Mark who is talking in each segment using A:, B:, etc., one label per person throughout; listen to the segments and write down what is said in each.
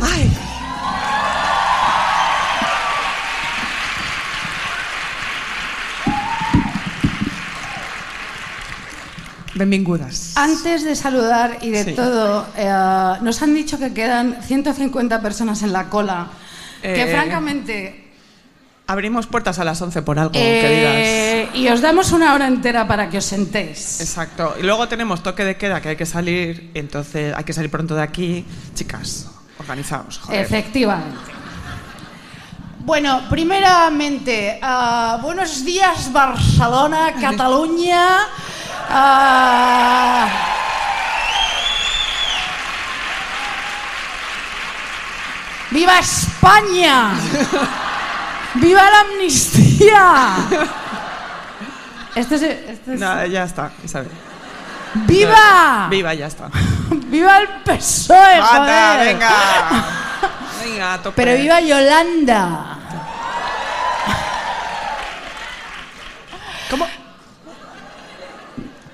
A: Ay. Benvingudes.
B: Antes de saludar y de
A: Sí.
B: todo, eh, nos han dicho que quedan 150 personas en la cola. que
A: Eh,
B: francamente...
A: Abrimos puertas a las 11 por algo, queridas.
B: eh, y os damos una hora entera para que os sentéis.
A: Exacto. Y luego tenemos toque de queda, que hay que salir, entonces hay que salir pronto de aquí. Chicas, organizaos, joder.
B: Efectivamente.
C: Bueno, primeramente, ah, buenos días Barcelona, Cataluña. Ah, ¡Viva España! ¡Viva la amnistía!
B: Esto es, esto es-
A: Nada, ya está, Isabel.
C: ¡Viva!
B: Ah.
A: Viva, ya está.
C: ¡Viva el PSOE!
A: ¡Anda,
C: E, joder!
A: venga! Venga, a tope.
C: Pero viva Yolanda.
A: ¿Cómo?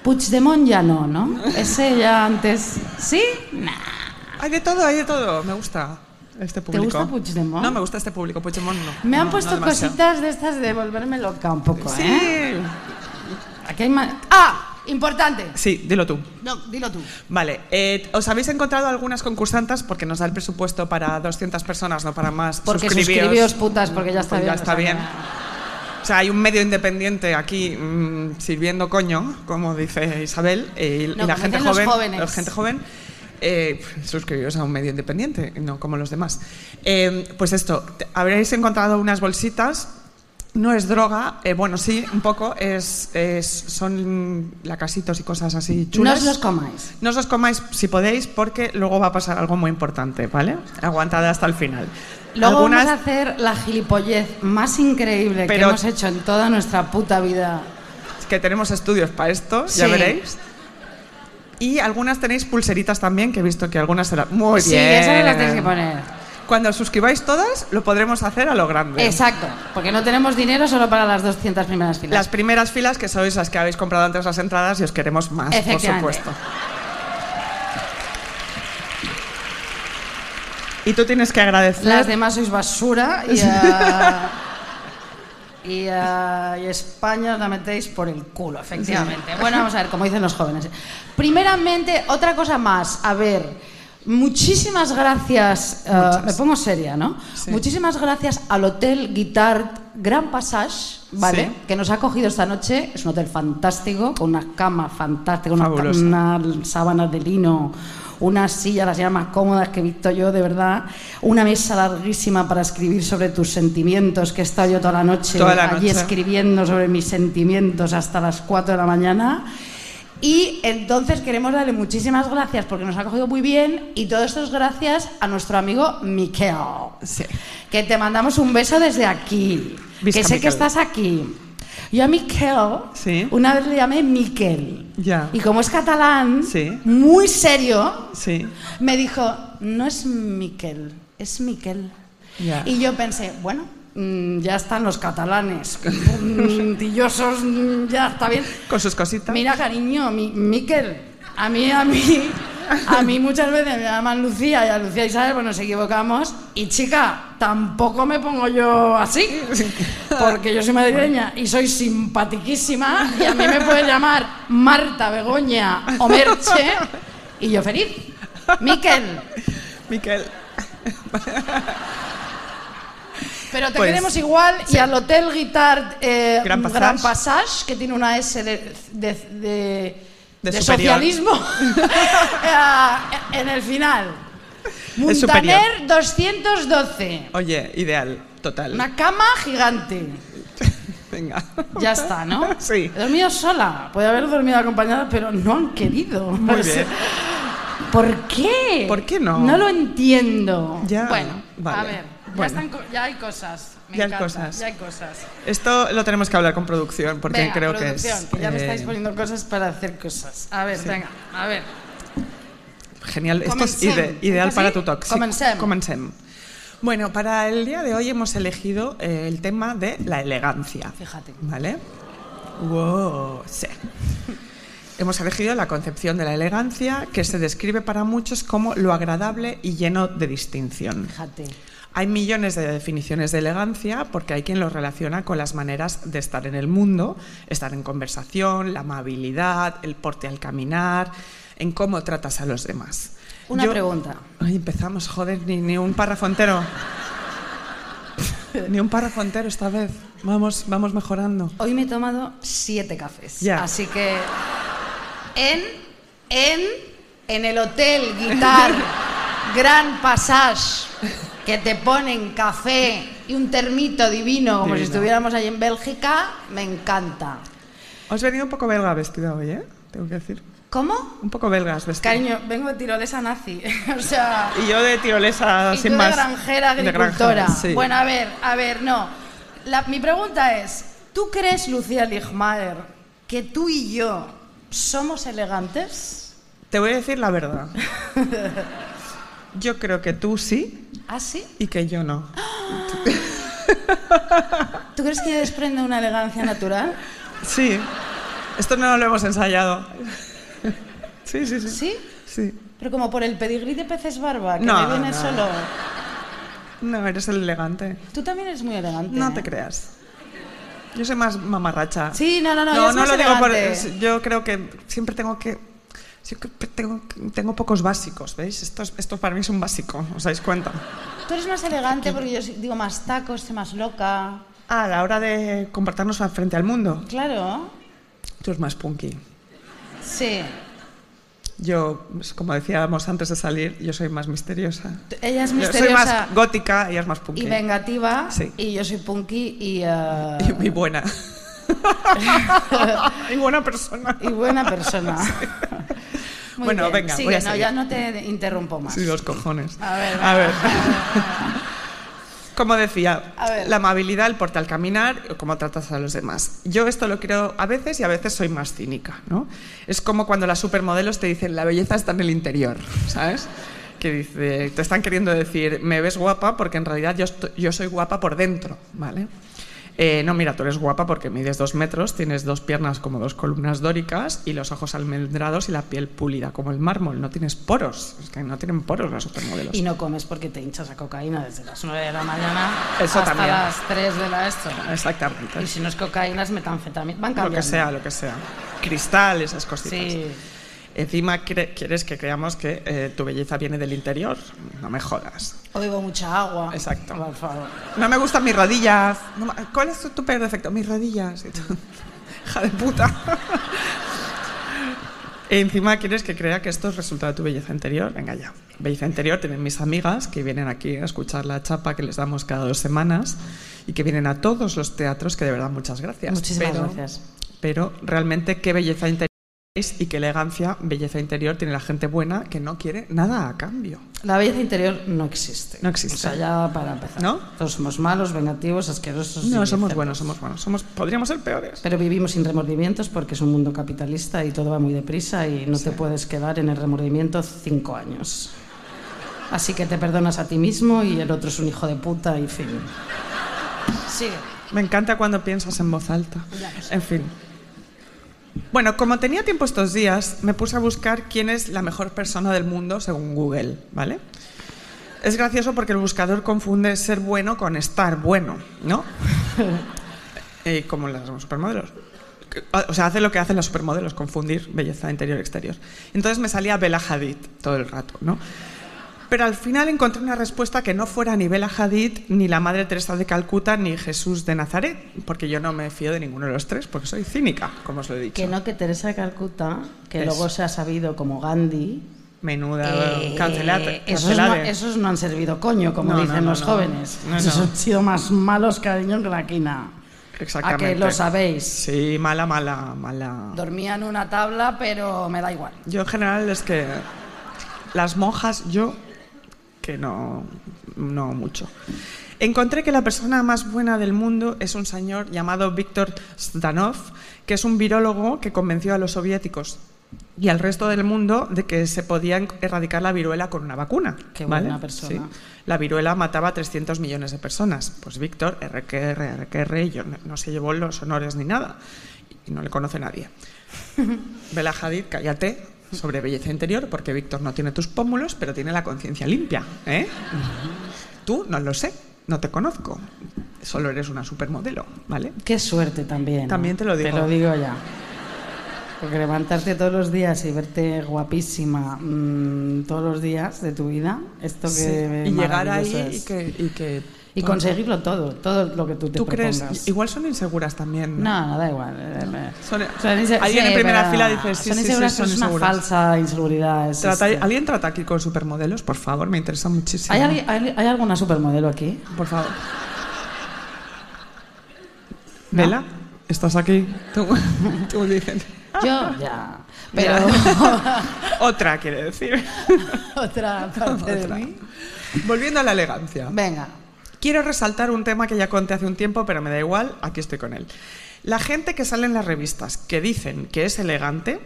B: Puigdemont ya no, ¿no? Ese ya antes... ¿Sí?
A: Hay de todo, hay de todo. Me gusta este público.
B: gusta Puigdemont?
A: No, me gusta este público. Puigdemont no.
B: Me han
A: No,
B: puesto
A: no demasiado.
B: cositas de estas de volverme loca un poco, ¿eh?
A: Sí.
B: Aquí hay ma-
C: Ah, importante.
A: Sí, dilo tú.
C: No, dilo tú.
A: Vale, eh, os habéis encontrado algunas concursantes porque nos da el presupuesto para 200 personas, no para más.
B: Porque
A: Suscribíos.
B: suscribíos, putas, porque ya está
A: Pues
B: bien.
A: ya
B: o
A: está
B: sea,
A: bien. O sea, hay un medio independiente aquí mm, sirviendo coño, como dice Isabel, eh, y,
C: No,
A: y la
C: como
A: gente
C: dicen los
A: joven,
C: jóvenes.
A: la gente joven eh, suscribiros a un medio independiente, no como los demás. Eh, pues esto, te- habréis encontrado unas bolsitas. No es droga, eh, bueno, sí, un poco, es, es- son lacasitos y cosas así
B: No
A: chulas.
B: os los comáis.
A: No os los comáis si podéis, porque luego va a pasar algo muy importante, ¿vale? Aguantad hasta el final.
B: Luego
A: Algunas-
B: vamos a hacer la gilipollez más increíble
A: Pero-
B: que hemos hecho en toda nuestra puta vida.
A: Es que tenemos estudios para esto, ya
B: Sí.
A: veréis. Y algunas tenéis pulseritas también, que he visto que algunas serán. Muy
B: sí,
A: bien.
B: esas las tenéis que poner.
A: Cuando os suscribáis todas, lo podremos hacer a lo grande.
B: Exacto, porque no tenemos dinero solo para las 200 primeras
A: Las
B: filas.
A: primeras filas que sois las que habéis comprado antes las entradas y os queremos más, por
B: Efectivamente.
A: supuesto. Y tú tienes que agradecer.
B: Las demás sois basura y a, y a- y España os la metéis por el culo, efectivamente. Bueno, vamos a ver, como dicen los jóvenes. Primeramente, otra cosa más. A ver, muchísimas gracias. eh, me pongo seria, ¿no?
A: Sí.
B: Muchísimas gracias al Hotel Guitar Grand Passage, ¿vale?
A: Sí.
B: Que nos ha acogido esta noche. Es un hotel fantástico, con unas camas fantásticas, unas ca-
A: Fabuloso.
B: unas sábanas de lino, unas sillas, las sillas más cómodas que he visto yo, de verdad, una mesa larguísima para escribir sobre tus sentimientos, que he estado yo toda la noche
A: Toda la
B: allí
A: noche.
B: escribiendo sobre mis sentimientos hasta las 4 de la mañana. Y entonces queremos darle muchísimas gracias porque nos ha cogido muy bien y todo esto es gracias a nuestro amigo Miquel,
A: Sí.
B: que te mandamos un beso desde aquí,
A: Visca,
B: que sé que
A: Miquel.
B: estás aquí. Yo a Miquel
A: Sí.
B: una vez le llamé Miquel.
A: Ya.
B: Y como es catalán,
A: Sí.
B: muy serio,
A: Sí.
B: me dijo, no es Miquel, es Miquel.
A: Ya.
B: Y yo pensé, bueno, mm, ya están los catalanes, puntillosos, mm, ya está bien.
A: Con sus cositas.
B: Mira, cariño, mi, Miquel, a mí, a mí, a mí muchas veces me llaman Lucía y a Lucía Isabel, pues nos equivocamos. Y chica, tampoco me pongo yo así, porque yo soy madrileña y soy simpatiquísima y a mí me puedes llamar Marta, Begoña o Merche y yo feliz. Miquel,
A: Miquel.
B: pero te
A: Pues,
B: queremos igual y al Hotel Guitar eh,
A: Gran
B: Gran,
A: Passage.
B: Passage. que tiene una S de, de- de-
A: De
B: de
A: superior.
B: socialismo eh, en el final.
A: Es superior.
B: Muntaner 212.
A: Oye, ideal, total.
B: Una cama gigante.
A: Venga.
B: Ya está, ¿no?
A: Sí.
B: He dormido sola. Podía haber dormido acompañada, pero no han querido.
A: Muy bien.
B: ¿Por qué?
A: ¿Por qué no?
B: No lo entiendo.
A: Ya.
C: Bueno, a
A: vale.
C: ver,
A: Bueno.
C: Ya, están co- ya hay cosas. Me
A: Ya hay
C: encanta,
A: cosas.
C: Ya hay cosas.
A: Esto lo tenemos que hablar con producción porque
B: Venga,
A: creo
B: producción,
A: que es.
B: ya me estáis
A: eh,
B: poniendo cosas para hacer cosas.
C: A ver, venga, a ver.
A: Genial, esto es
C: Comencem.
A: ide- ideal
C: ¿Es
A: para
C: así?
A: tu talk. Sí,
C: Comencem.
A: comencem. Bueno, para el día de hoy hemos elegido eh, el tema de la elegancia.
C: Fíjate.
A: ¿Vale? Wow, sí. Hemos elegido la concepción de la elegancia que se describe para muchos como lo agradable y lleno de distinción.
B: Fíjate.
A: Hay millones de definiciones de elegancia porque hay quien lo relaciona con las maneras de estar en el mundo, estar en conversación, la amabilidad, el porte al caminar, en cómo tratas a los demás.
B: Una
A: Yo-
B: pregunta.
A: Ay, empezamos, joder, ni, ni un párrafo entero. ni un párrafo entero esta vez. Vamos, vamos mejorando.
B: Hoy me he tomado siete cafés.
A: Ya.
B: Así que. En. En. En el hotel Guitar Gran Passage, que te ponen café y un termito divino, como si
A: Divino.
B: estuviéramos allí en Bélgica, me encanta.
A: Has venido un poco belga vestida hoy, ¿eh? Tengo que decir.
B: ¿Cómo?
A: Un poco belgas vestida.
B: Cariño, vengo de tirolesa nazi. o sea.
A: Y yo de tirolesa,
B: Y tú
A: Ah, sin
B: de
A: más.
B: granjera
A: De granjera,
B: agricultora.
A: sí.
B: Bueno, a ver, a ver, no. La- mi pregunta es, ¿tú crees, Lucía Ligmaer, que tú y yo somos elegantes?
A: Te voy a decir la verdad. Yo creo que tú sí
B: ¿Ah, sí?
A: y que yo no.
B: ¿Tú crees que yo desprendo una elegancia natural?
A: Sí. Esto no lo hemos ensayado. Sí, sí, sí.
B: ¿Sí?
A: Sí.
B: Pero como por el pedigrí de peces barba, que
A: No,
B: me viene
A: no.
B: solo.
A: No, eres el elegante.
B: Tú también eres muy elegante.
A: No te creas. Yo soy más mamarracha.
B: Sí, no, no, no.
A: no,
B: eres más
A: lo digo por.
B: elegante.
A: es- Yo creo que siempre tengo que. siempre tengo, tengo pocos básicos, ¿veis? Esto, es- esto para mí es un básico, ¿os dais cuenta?
B: Tú eres más elegante porque yo digo más tacos, sé más loca.
A: A la hora de comportarnos al- frente al mundo,
B: Claro.
A: tú eres más punky.
B: Sí.
A: Yo, pues, como decíamos antes de salir, yo soy más misteriosa.
B: Tú- Ella es
A: Yo
B: misteriosa.
A: soy más gótica, ella es más punky.
B: y vengativa
A: Sí.
B: y yo soy punky y, eh,
A: Y muy buena. y buena persona.
B: y buena persona. Muy
A: Bueno,
B: bien.
A: venga,
B: Sigue,
A: voy a
B: no,
A: seguir.
B: ya no te interrumpo más.
A: Sí, los cojones.
B: A ver,
A: A ver. Como decía,
B: A ver.
A: la amabilidad, el porte al caminar, cómo tratas a los demás. Yo esto lo creo a veces y a veces soy más cínica, ¿no? Es como cuando las supermodelos te dicen la belleza está en el interior, ¿sabes? Que dice, te están queriendo decir, me ves guapa porque en realidad yo, esto- yo soy guapa por dentro, ¿vale? Eh, no, mira, tú eres guapa porque mides dos metros, tienes dos piernas como dos columnas dóricas y los ojos almendrados y la piel pulida como el mármol. No tienes poros, es que no tienen poros las supermodelos.
B: Y no comes porque te hinchas a cocaína desde las 9 de la mañana
A: Eso
B: hasta
A: también.
B: las 3 de la esto.
A: Exactamente.
B: Y si no es cocaína es metanfetamina. Van
A: Lo
B: cambiando.
A: que sea, lo que sea. Cristal, esas cositas.
B: Sí.
A: Encima cre- quieres que creamos que eh, tu belleza viene del interior. No me jodas.
B: O bebo mucha agua.
A: Exacto.
B: Por favor.
A: No me gustan mis rodillas. No ma- ¿Cuál es tu, tu peor defecto? Mis rodillas. Y tú, Hija de puta. Encima quieres que crea que esto es resultado de tu belleza interior. Venga ya. Belleza interior tienen mis amigas que vienen aquí a escuchar la chapa que les damos cada dos semanas y que vienen a todos los teatros que de verdad muchas gracias.
B: Muchísimas
A: Pero-
B: gracias.
A: pero realmente qué belleza interior es y qué elegancia, belleza interior tiene la gente buena que no quiere nada a cambio.
B: La belleza interior no existe.
A: No existe.
B: O sea, ya para empezar.
A: ¿No?
B: Todos somos malos, vengativos, asquerosos.
A: No,
B: y
A: somos
B: etc.
A: buenos, somos buenos, somos podríamos ser peores.
B: Pues Pero vivimos sin remordimientos porque es un mundo capitalista y todo va muy deprisa y no te puedes quedar en el remordimiento cinco años. Así que te perdonas a ti mismo y el otro es un hijo de puta y fin. Sigue.
A: Me encanta cuando piensas en voz alta. En fin. Bueno, como tenía tiempo estos días, me puse a buscar quién es la mejor persona del mundo según Google, ¿vale? Es gracioso porque el buscador confunde ser bueno con estar bueno, ¿no? Eh, como las supermodelos. Ah, O sea, hace lo que hacen las supermodelos, confundir belleza interior-exterior. Entonces me salía Bella Hadid todo el rato, ¿no? Pero al final encontré una respuesta que no fuera ni Bella Hadid, ni la Madre Teresa de Calcuta, ni Jesús de Nazaret, porque yo no me fío de ninguno de los tres, porque soy cínica, como os lo he dicho.
B: Que no, que Teresa de Calcuta, que
A: Eso.
B: luego se ha sabido como Gandhi.
A: Menuda,
B: eh,
A: cancelate,
B: esos, no,
A: cancelade.
B: esos no han servido coño, como
A: No, no,
B: dicen
A: no,
B: los
A: no.
B: jóvenes.
A: No,
B: esos
A: no.
B: han sido más malos, cariño, que la quina. A
A: Exactamente.
B: que lo sabéis.
A: Sí, mala, mala, mala.
B: Dormía en una tabla, pero me da igual.
A: Yo en general es que las monjas, yo que no, no mucho. Encontré que la persona más buena del mundo es un señor llamado Víctor Zdanov, que es un virólogo que convenció a los soviéticos y al resto del mundo de que se podía erradicar la viruela con una vacuna.
B: Qué
A: ¿vale?
B: buena persona.
A: La viruela mataba a 300 millones de personas. Pues Víctor, RQR, RQR, yo no, no se llevó los honores ni nada. Y no le conoce nadie. Bela Hadid, cállate sobre belleza interior, porque Víctor no tiene tus pómulos, pero tiene la conciencia limpia. ¿eh? Tú no lo sé, no te conozco. Solo eres una supermodelo, ¿vale?
B: Qué suerte también. ¿no?
A: También te lo digo.
B: Te lo digo ya. Porque levantarte todos los días y verte guapísima mm, todos los días de tu vida, esto que
A: Sí, Y llegar
B: maravilloso
A: ahí y
B: es.
A: que... Y, que
B: Y
A: todo-
B: conseguirlo todo, todo lo que tú te
A: ¿Tú crees?
B: propongas.
A: Igual son inseguras también. ¿no?
B: No, no, da igual. eh, eh.
A: Son-
B: inse-
A: alguien en
B: sí,
A: primera
B: pero
A: fila dice, sí, sí,
B: son
A: sí,
B: inseguras,
A: son
B: pero es una
A: inseguras.
B: falsa inseguridad. es
A: Trata-
B: este.
A: ¿Alguien trata aquí con supermodelos? Por favor, me interesa muchísimo.
B: ¿Hay, alguien- hay, hay alguna supermodelo aquí?
A: Por favor. Vela, estás aquí. Tú, tú dices.
B: Yo ya. Pero
A: Otra, quiere decir.
B: otra parte de
A: Otra.
B: mí.
A: Volviendo a la elegancia.
B: Venga.
A: Quiero resaltar un tema que ya conté hace un tiempo, pero me da igual, aquí estoy con él. La gente que sale en las revistas que dicen que es elegante,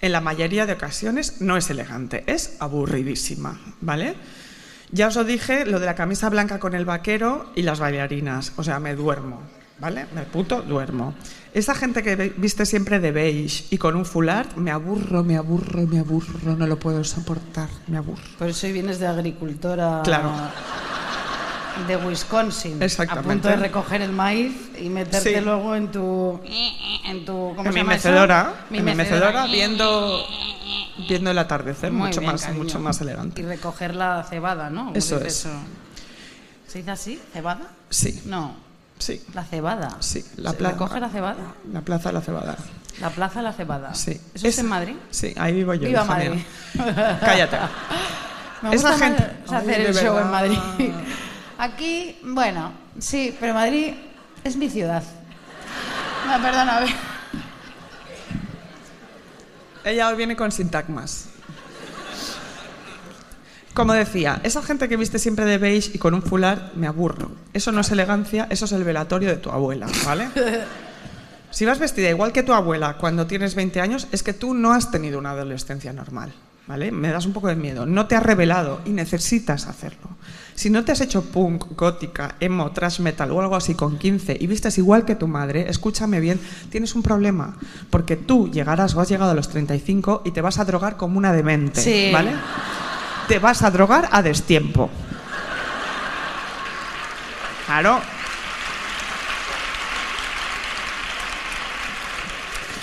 A: en la mayoría de ocasiones no es elegante, es aburridísima, ¿vale? Ya os lo dije, lo de la camisa blanca con el vaquero y las bailarinas, o sea, me duermo, ¿vale? Me puto duermo. Esa gente que ve- viste siempre de beige y con un fular, me aburro, me aburro, me aburro, no lo puedo soportar, me aburro.
B: Por eso vienes de agricultora
A: Claro.
B: de Wisconsin.
A: Exactamente.
B: A punto de recoger el maíz y meterte
A: Sí.
B: luego en tu. En tu. ¿Cómo
A: en
B: se
A: mi
B: llama eso?
A: mecedora, en mi mecedora,
B: mecedora.
A: viendo viendo el atardecer,
B: Muy
A: mucho
B: bien,
A: más
B: cariño.
A: mucho más
B: Y
A: elegante.
B: recoger la cebada, ¿no? ¿Cómo
A: Eso
B: se dice
A: es.
B: ¿Se dice así? ¿Cebada?
A: Sí,
B: No,
A: sí,
B: la cebada.
A: sí, la
B: ¿Se
A: plaza.
B: ¿Recoge la cebada?
A: La plaza de la cebada.
B: La plaza de la cebada.
A: Sí.
B: Ah, ¿Eso es en Madrid?
A: Sí, ahí vivo yo.
B: ¡Viva
A: hija mía.
B: Madrid!
A: Cállate.
B: Me
A: Esa
B: gusta más
A: gente-
B: hacer
A: Ay, de
B: el show
A: verdad.
B: en Madrid. Aquí, bueno, sí, pero Madrid es mi ciudad. No, perdona, a ver.
A: Ella hoy viene con sintagmas. Como decía, esa gente que viste siempre de beige y con un fular, me aburro. Eso no es elegancia, eso es el velatorio de tu abuela, ¿vale? Si vas vestida igual que tu abuela cuando tienes 20 años, es que tú no has tenido una adolescencia normal, ¿vale? Me das un poco de miedo. No te has revelado y necesitas hacerlo. Si no te has hecho punk, gótica, emo, trash metal o algo así con 15 y vistes igual que tu madre, escúchame bien, tienes un problema. Porque tú llegarás o has llegado a los 35 y te vas a drogar como una demente,
B: Sí.
A: ¿vale? Te vas a drogar a destiempo. Claro.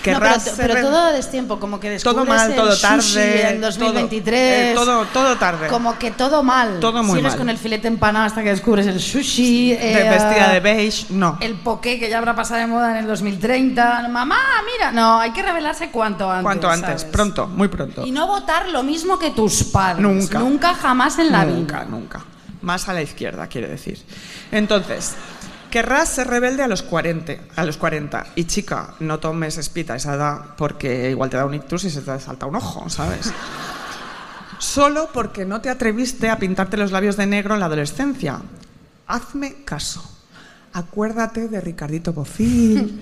B: No, pero,
A: Querrás
B: to-
A: ser
B: pero
A: re-
B: todo a destiempo, como que descubres
A: todo mal,
B: el
A: todo
B: sushi
A: tarde.
B: en
A: todo,
B: 2023.
A: eh, Todo, todo tarde.
B: Como que todo mal.
A: Todo muy
B: Sigues
A: mal.
B: con el filete empanado hasta que descubres el sushi.
A: De
B: eh,
A: vestida de beige, no.
B: El poké que ya habrá pasado de moda en el 2030. Mamá, mira. No, hay que revelarse cuanto antes.
A: Cuanto antes,
B: ¿sabes?
A: pronto, muy pronto.
B: Y no votar lo mismo que tus padres.
A: Nunca.
B: Nunca jamás en la
A: nunca,
B: vida.
A: nunca. Más a la izquierda, quiere decir. Entonces, querrás ser rebelde a los 40, a los 40. Y chica, no tomes espita a esa edad porque igual te da un ictus y se te salta un ojo, ¿sabes? Solo porque no te atreviste a pintarte los labios de negro en la adolescencia. Hazme caso. Acuérdate de Ricardito Bofill,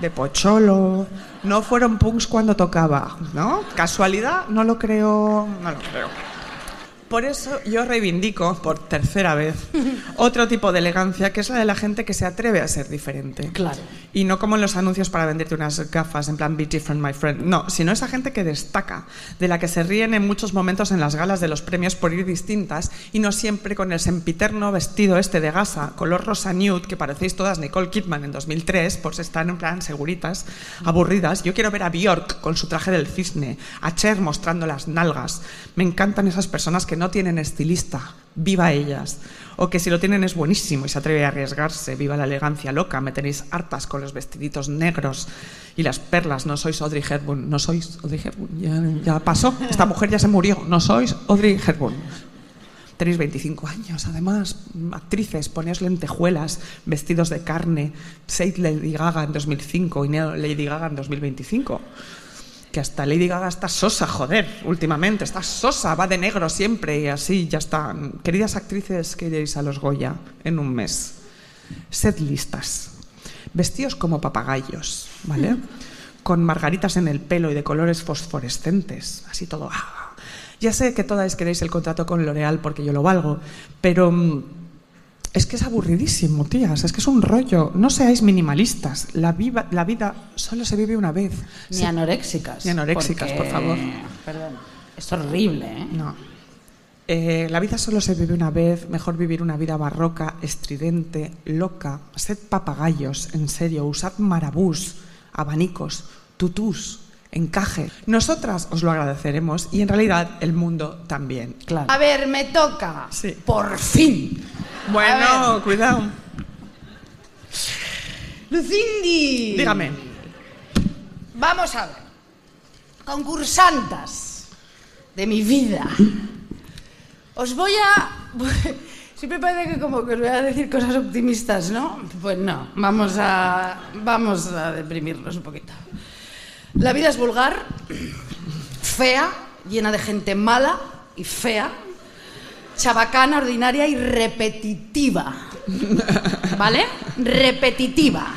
A: de Pocholo. No fueron punks cuando tocaba, ¿no? ¿Casualidad? No lo creo. No lo creo. Por eso yo reivindico, por tercera vez, otro tipo de elegancia, que es la de la gente que se atreve a ser diferente.
B: Claro.
A: Y no como en los anuncios para venderte unas gafas, en plan, be different, my friend. No, sino esa gente que destaca, de la que se ríen en muchos momentos en las galas de los premios por ir distintas y no siempre con el sempiterno vestido este de gasa, color rosa nude, que parecéis todas Nicole Kidman en 2003, pues están en plan seguritas, aburridas. Yo quiero ver a Bjork con su traje del cisne, a Cher mostrando las nalgas. Me encantan esas personas que no tienen estilista. Viva ellas. O que si lo tienen es buenísimo y se atreve a arriesgarse. Viva la elegancia loca. Me tenéis hartas con los vestiditos negros y las perlas. No sois Audrey Hepburn. No sois Audrey Hepburn. Ya, ya pasó. Esta mujer ya se murió. No sois Audrey Hepburn. Tenéis 25 años, además, actrices, ponéis lentejuelas, vestidos de carne. Seid Lady Gaga en 2005 y no Lady Gaga en 2025. Que hasta Lady Gaga está sosa, joder, últimamente, está sosa, va de negro siempre y así, ya está. Queridas actrices que iréis a los Goya en un mes, sed listas. Vestidos como papagayos, ¿vale? Con margaritas en el pelo y de colores fosforescentes, así todo. ah. Ya sé que todas queréis el contrato con L'Oreal porque yo lo valgo, pero mm, es que es aburridísimo, tías, es que es un rollo. No seáis minimalistas, la, viva- la vida solo se vive una vez.
B: Ni
A: Sí.
B: anoréxicas.
A: Ni anoréxicas, por favor.
B: Perdón. Es horrible, ¿eh?
A: No. Eh, la vida solo se vive una vez, mejor vivir una vida barroca, estridente, loca. Sed papagayos, en serio, usad marabús, abanicos, tutús, encaje. Nosotras os lo agradeceremos y en realidad el mundo también.
B: Claro.
C: A ver, me toca.
A: Sí.
B: Por fin.
C: A
A: Bueno, cuidado.
C: Lucindi.
A: Dígame.
C: Vamos a ver. Concursantas
B: De mi vida.
C: Os voy a...
B: Siempre parece que como que os voy a decir cosas optimistas, ¿no? Pues no, vamos a, vamos a deprimirnos un poquito. La vida es vulgar, fea, llena de gente mala y fea, chabacana, ordinaria y repetitiva. ¿Vale? Repetitiva.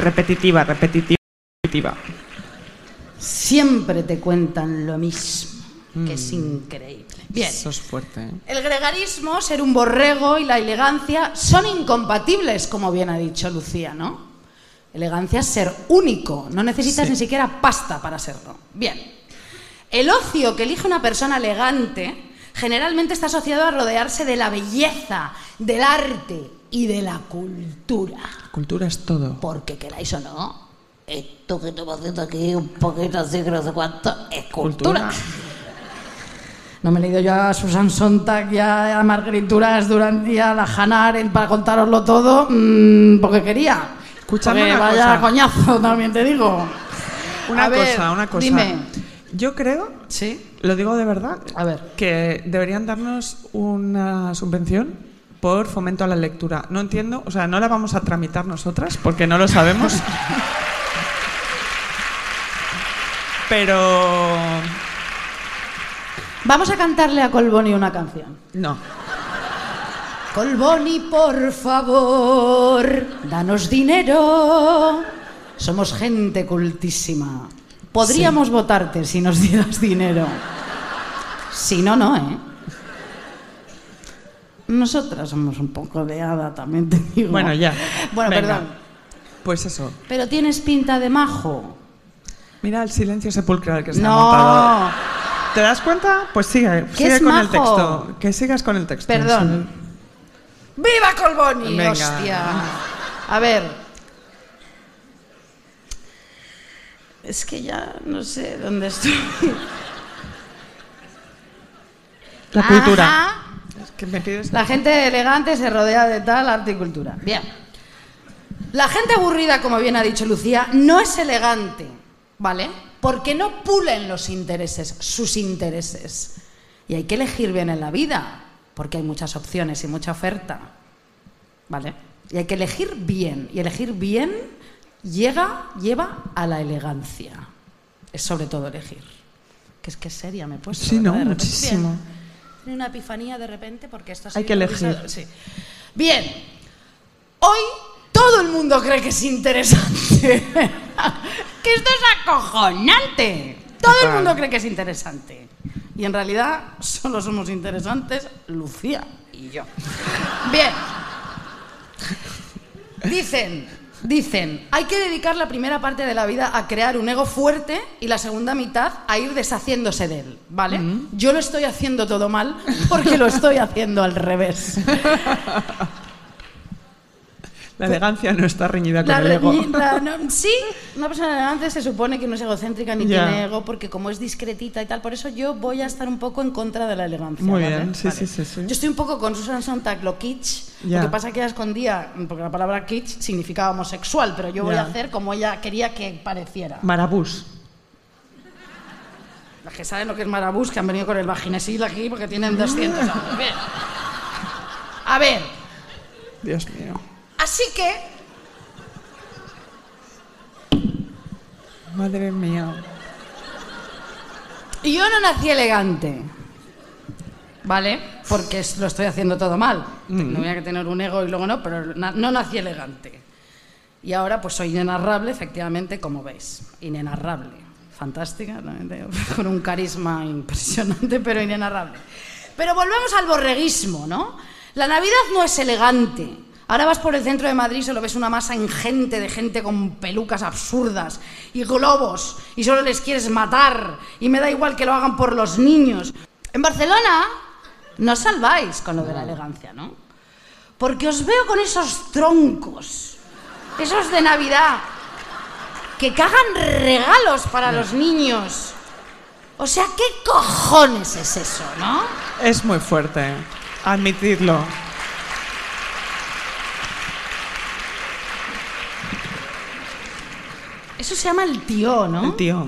A: Repetitiva, repetitiva, repetitiva.
B: Siempre te cuentan lo mismo, que es increíble. Bien.
A: Eso es fuerte. ¿eh?
B: El gregarismo, ser un borrego y la elegancia son incompatibles, como bien ha dicho Lucía, ¿no? Elegancia es ser único, no necesitas
A: Sí.
B: ni siquiera pasta para serlo. Bien. El ocio que elige una persona elegante generalmente está asociado a rodearse de la belleza, del arte y de la cultura
A: La cultura es todo.
B: porque queráis o no, esto que estamos haciendo aquí, un poquito así, que no sé cuánto, es
A: Cultura.
B: cultura. No me he leído yo a Susan Sontag y a, a Margarituras Durán y a la Hannah Arendt para contároslo todo, mm, porque quería.
A: Escúchame
B: Porque
A: una
B: vaya
A: cosa.
B: coñazo, también te digo.
A: Una
B: A
A: cosa,
B: ver,
A: una cosa.
B: Dime.
A: Yo creo,
B: ¿Sí?
A: lo digo de verdad,
B: A ver.
A: que deberían darnos una subvención por fomento a la lectura. No entiendo, o sea, no la vamos a tramitar nosotras porque no lo sabemos. Pero
B: Vamos a cantarle a Colboni una canción.
A: no.
B: Colboni, por favor, danos dinero. Somos gente cultísima. Podríamos votarte si nos dieras dinero. Si no, no, ¿eh? Nosotras somos un poco de hada, también te digo.
A: Bueno, ya.
B: Bueno,
A: Venga.
B: perdón.
A: Pues eso.
B: Pero tienes pinta de majo.
A: Mira el silencio sepulcral que se ha montado.
B: No,
A: ¿Te das cuenta? Pues sigue,
B: Que
A: sigue
B: es
A: con el
B: majo.
A: texto. Que sigas con el texto.
B: perdón. ¡Viva Colboni!
A: Venga.
B: ¡Hostia! A ver, Es que ya no sé dónde estoy.
A: La cultura.
B: Ajá.
A: Es que me pides-
B: La gente elegante se rodea de tal arte y cultura. Bien. La gente aburrida, como bien ha dicho Lucía, no es elegante, ¿vale? Porque no pulen los intereses, sus intereses. Y hay que elegir bien en la vida, porque hay muchas opciones y mucha oferta, ¿vale? Y hay que elegir bien. Y elegir bien llega, lleva a la elegancia. Es sobre todo elegir. Que es que seria me he puesto.
A: Sí,
B: ¿verdad?
A: no,
B: De repente,
A: muchísimo.
B: bien. Tiene una epifanía de repente porque esto ha
A: Hay
B: sido
A: que elegir.
B: improvisado, sí. Bien. Hoy todo el mundo cree que es interesante. que esto es acojonante. Todo el
A: Total.
B: mundo cree que es interesante. Y en realidad solo somos interesantes Lucía y yo. Bien. Dicen, dicen, hay que dedicar la primera parte de la vida a crear un ego fuerte y la segunda mitad a ir deshaciéndose de él, ¿vale? Yo lo estoy haciendo todo mal porque lo estoy haciendo al revés.
A: La elegancia no está reñida con
B: La
A: el ego.
B: reñi- la- no- sí, una persona elegante se supone que no es egocéntrica ni
A: Ya.
B: tiene ego porque como es discretita y tal, por eso yo voy a estar un poco en contra de la elegancia.
A: Muy
B: ¿vale?
A: bien, sí,
B: Vale.
A: sí, sí, sí.
B: Yo estoy un poco con Susan Sontag, lo kitsch.
A: Ya.
B: Lo que pasa que ella escondía, porque la palabra kitsch significaba homosexual, pero yo voy
A: Ya. Mm.
B: a hacer como ella quería que pareciera.
A: Marabús.
B: Las que saben lo que es marabús, que han venido con el vaginesil aquí porque tienen 200 años. A ver.
C: A ver,
A: Dios mío.
C: así que
A: Madre mía.
B: Y yo no nací elegante. ¿Vale? Porque es- lo estoy haciendo todo mal. No voy a tener un ego y luego no, pero na- no nací elegante. Y ahora pues soy inenarrable, efectivamente, como veis. Inenarrable. Fantástica, realmente, con un carisma impresionante, pero inenarrable. Pero volvemos al borreguismo, ¿no? La Navidad no es elegante. Ahora vas por el centro de Madrid y solo ves una masa ingente de gente con pelucas absurdas y globos y solo les quieres matar y me da igual que lo hagan por los niños. En Barcelona no os salváis con lo de la elegancia, ¿no? Porque os veo con esos troncos, esos de Navidad, que cagan regalos para los niños. O sea, ¿qué cojones es eso, no?
A: Es muy fuerte. Admitirlo.
B: Eso se llama el tío, ¿no?
A: El tío.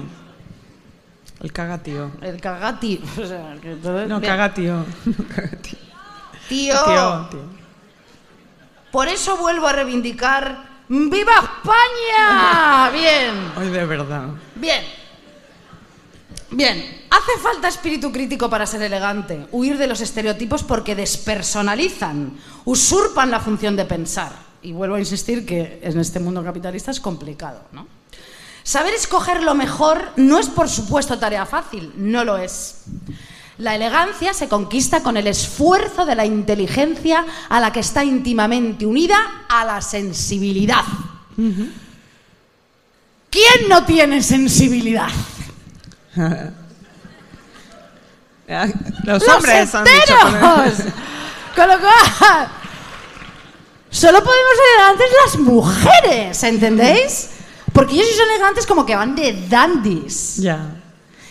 A: El caga tío.
B: El cagati. O sea, el que todo-
A: No,
B: Bien.
A: caga tío. No, caga tío.
C: Tío,
A: Tío, tío.
B: Por eso vuelvo a reivindicar. ¡Viva España! Bien,
A: Hoy de verdad.
B: bien. Bien, hace falta espíritu crítico para ser elegante, huir de los estereotipos porque despersonalizan, usurpan la función de pensar. Y vuelvo a insistir que en este mundo capitalista es complicado, ¿no? Saber escoger lo mejor no es, por supuesto, tarea fácil, no lo es. La elegancia se conquista con el esfuerzo de la inteligencia a la que está íntimamente unida a la sensibilidad. ¿Quién no tiene sensibilidad?
A: Ah, Los hombres han dicho poner-
B: heteros! Con lo cual, solo podemos ser elegantes las mujeres, ¿entendéis? Porque ellos sí son elegantes como que van de dandies.
A: Ya.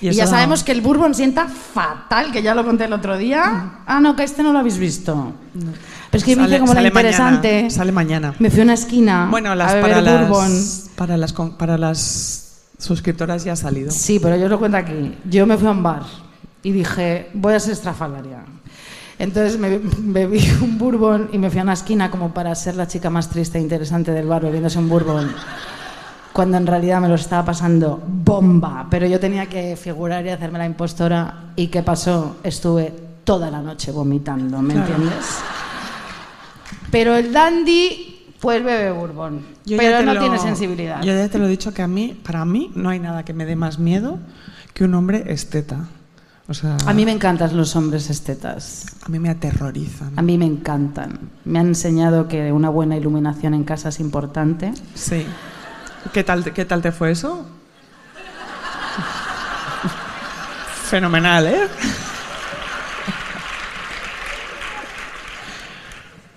B: Y, ya sabemos que el bourbon sienta fatal, que ya lo conté el otro día.
A: Mm.
B: Ah, no, que este no lo habéis visto. Pero es que me hice como la interesante.
A: sale mañana.
B: Me fui a una esquina
A: Bueno, las,
B: a beber
A: para,
B: bourbon.
A: las, para, las, con- para las suscriptoras ya ha salido.
B: Sí, pero yo os lo cuento aquí. Yo me fui a un bar y dije, voy a ser estrafalaria. Entonces me bebí un bourbon y me fui a una esquina como para ser la chica más triste e interesante del bar bebiéndose un bourbon. Cuando en realidad me lo estaba pasando bomba. Pero yo tenía que figurar y hacerme la impostora. ¿Y qué pasó? Estuve toda la noche vomitando, ¿me
A: Claro.
B: entiendes? Pero el dandy, pues bebe bourbon.
A: Yo ya
B: pero
A: te
B: no
A: lo-
B: tiene sensibilidad.
A: Yo ya te lo he dicho que a mí, para mí, no hay nada que me dé más miedo que un hombre esteta. O sea,
B: A mí me encantan los hombres estetas.
A: a mí me aterrorizan.
B: A mí me encantan. Me han enseñado que una buena iluminación en casa es importante.
A: Sí. ¿Qué tal, ¿Qué tal te fue eso? Fenomenal, ¿eh?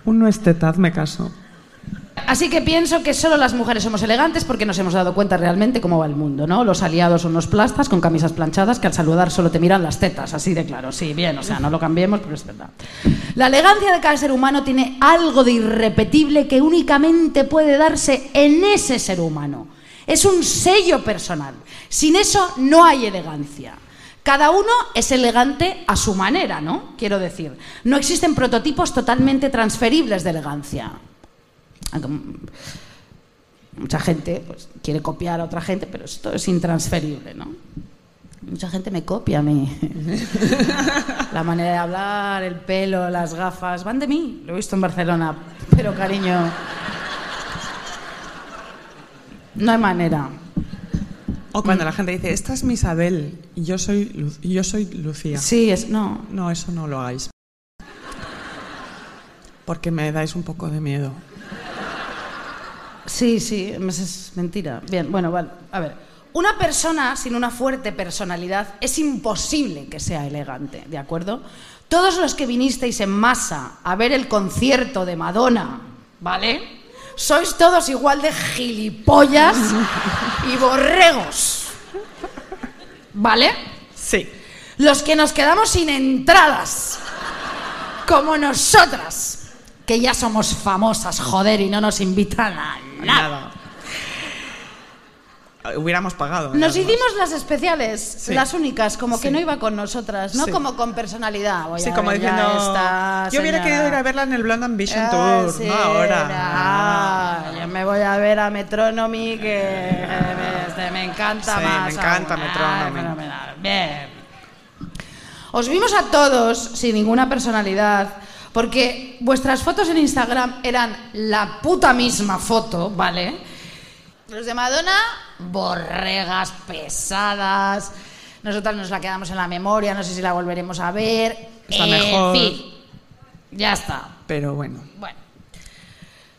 A: Un no estetaz me caso.
B: Así que pienso que solo las mujeres somos elegantes porque nos hemos dado cuenta realmente cómo va el mundo, ¿no? Los aliados son los plastas con camisas planchadas que al saludar solo te miran las tetas, así de claro. Sí, bien, o sea, no lo cambiemos, pero es verdad. La elegancia de cada ser humano tiene algo de irrepetible que únicamente puede darse en ese ser humano. Es un sello personal. Sin eso no hay elegancia. Cada uno es elegante a su manera, ¿no? Quiero decir, no existen prototipos totalmente transferibles de elegancia aunque m- mucha gente pues, quiere copiar a otra gente, pero esto es intransferible, ¿no? Mucha gente me copia a mí. La manera de hablar, el pelo, las gafas, van de mí. Lo he visto en Barcelona, pero cariño. No hay manera.
A: O cuando la gente dice, esta es mi Isabel y yo soy, Lu- y yo soy Lucía.
B: Sí, es. No.
A: No, eso no lo hagáis. Porque me dais un poco de miedo.
B: Sí, sí, es- es mentira. Bien, bueno, vale. A ver. Una persona sin una fuerte personalidad es imposible que sea elegante, ¿de acuerdo? Todos los que vinisteis en masa a ver el concierto de Madonna, ¿vale? Sois todos igual de gilipollas y borregos, ¿vale?
A: Sí.
B: Los que nos quedamos sin entradas, como nosotras, que ya somos famosas, joder, y no nos invitan a nada.
A: Nada. hubiéramos pagado.
B: Nos
A: además.
B: hicimos las especiales,
A: Sí.
B: las únicas, como que
A: Sí.
B: no iba con nosotras, ¿no?
A: Sí.
B: Como con personalidad. voy
A: Sí,
B: a
A: como
B: ver ya
A: diciendo.
B: esta
A: yo hubiera
B: señora.
A: querido ir a verla en el Blonde Ambition
B: Ah,
A: Tour,
B: sí,
A: no ahora.
B: ah, yo me voy a ver a Metronomy, que me, este, me encanta
A: Sí, me
B: más.
A: encanta
B: aún. Ah,
A: Metronomy.
B: fenomenal. Bien. Os vimos a todos sin ninguna personalidad, porque vuestras fotos en Instagram eran la puta misma foto, ¿vale?
C: Los de Madonna,
B: borregas pesadas. Nosotras nos la quedamos en la memoria, no sé si la volveremos a ver.
A: Está
B: en
A: mejor.
B: fin, ya está.
A: Pero bueno,
B: Bueno,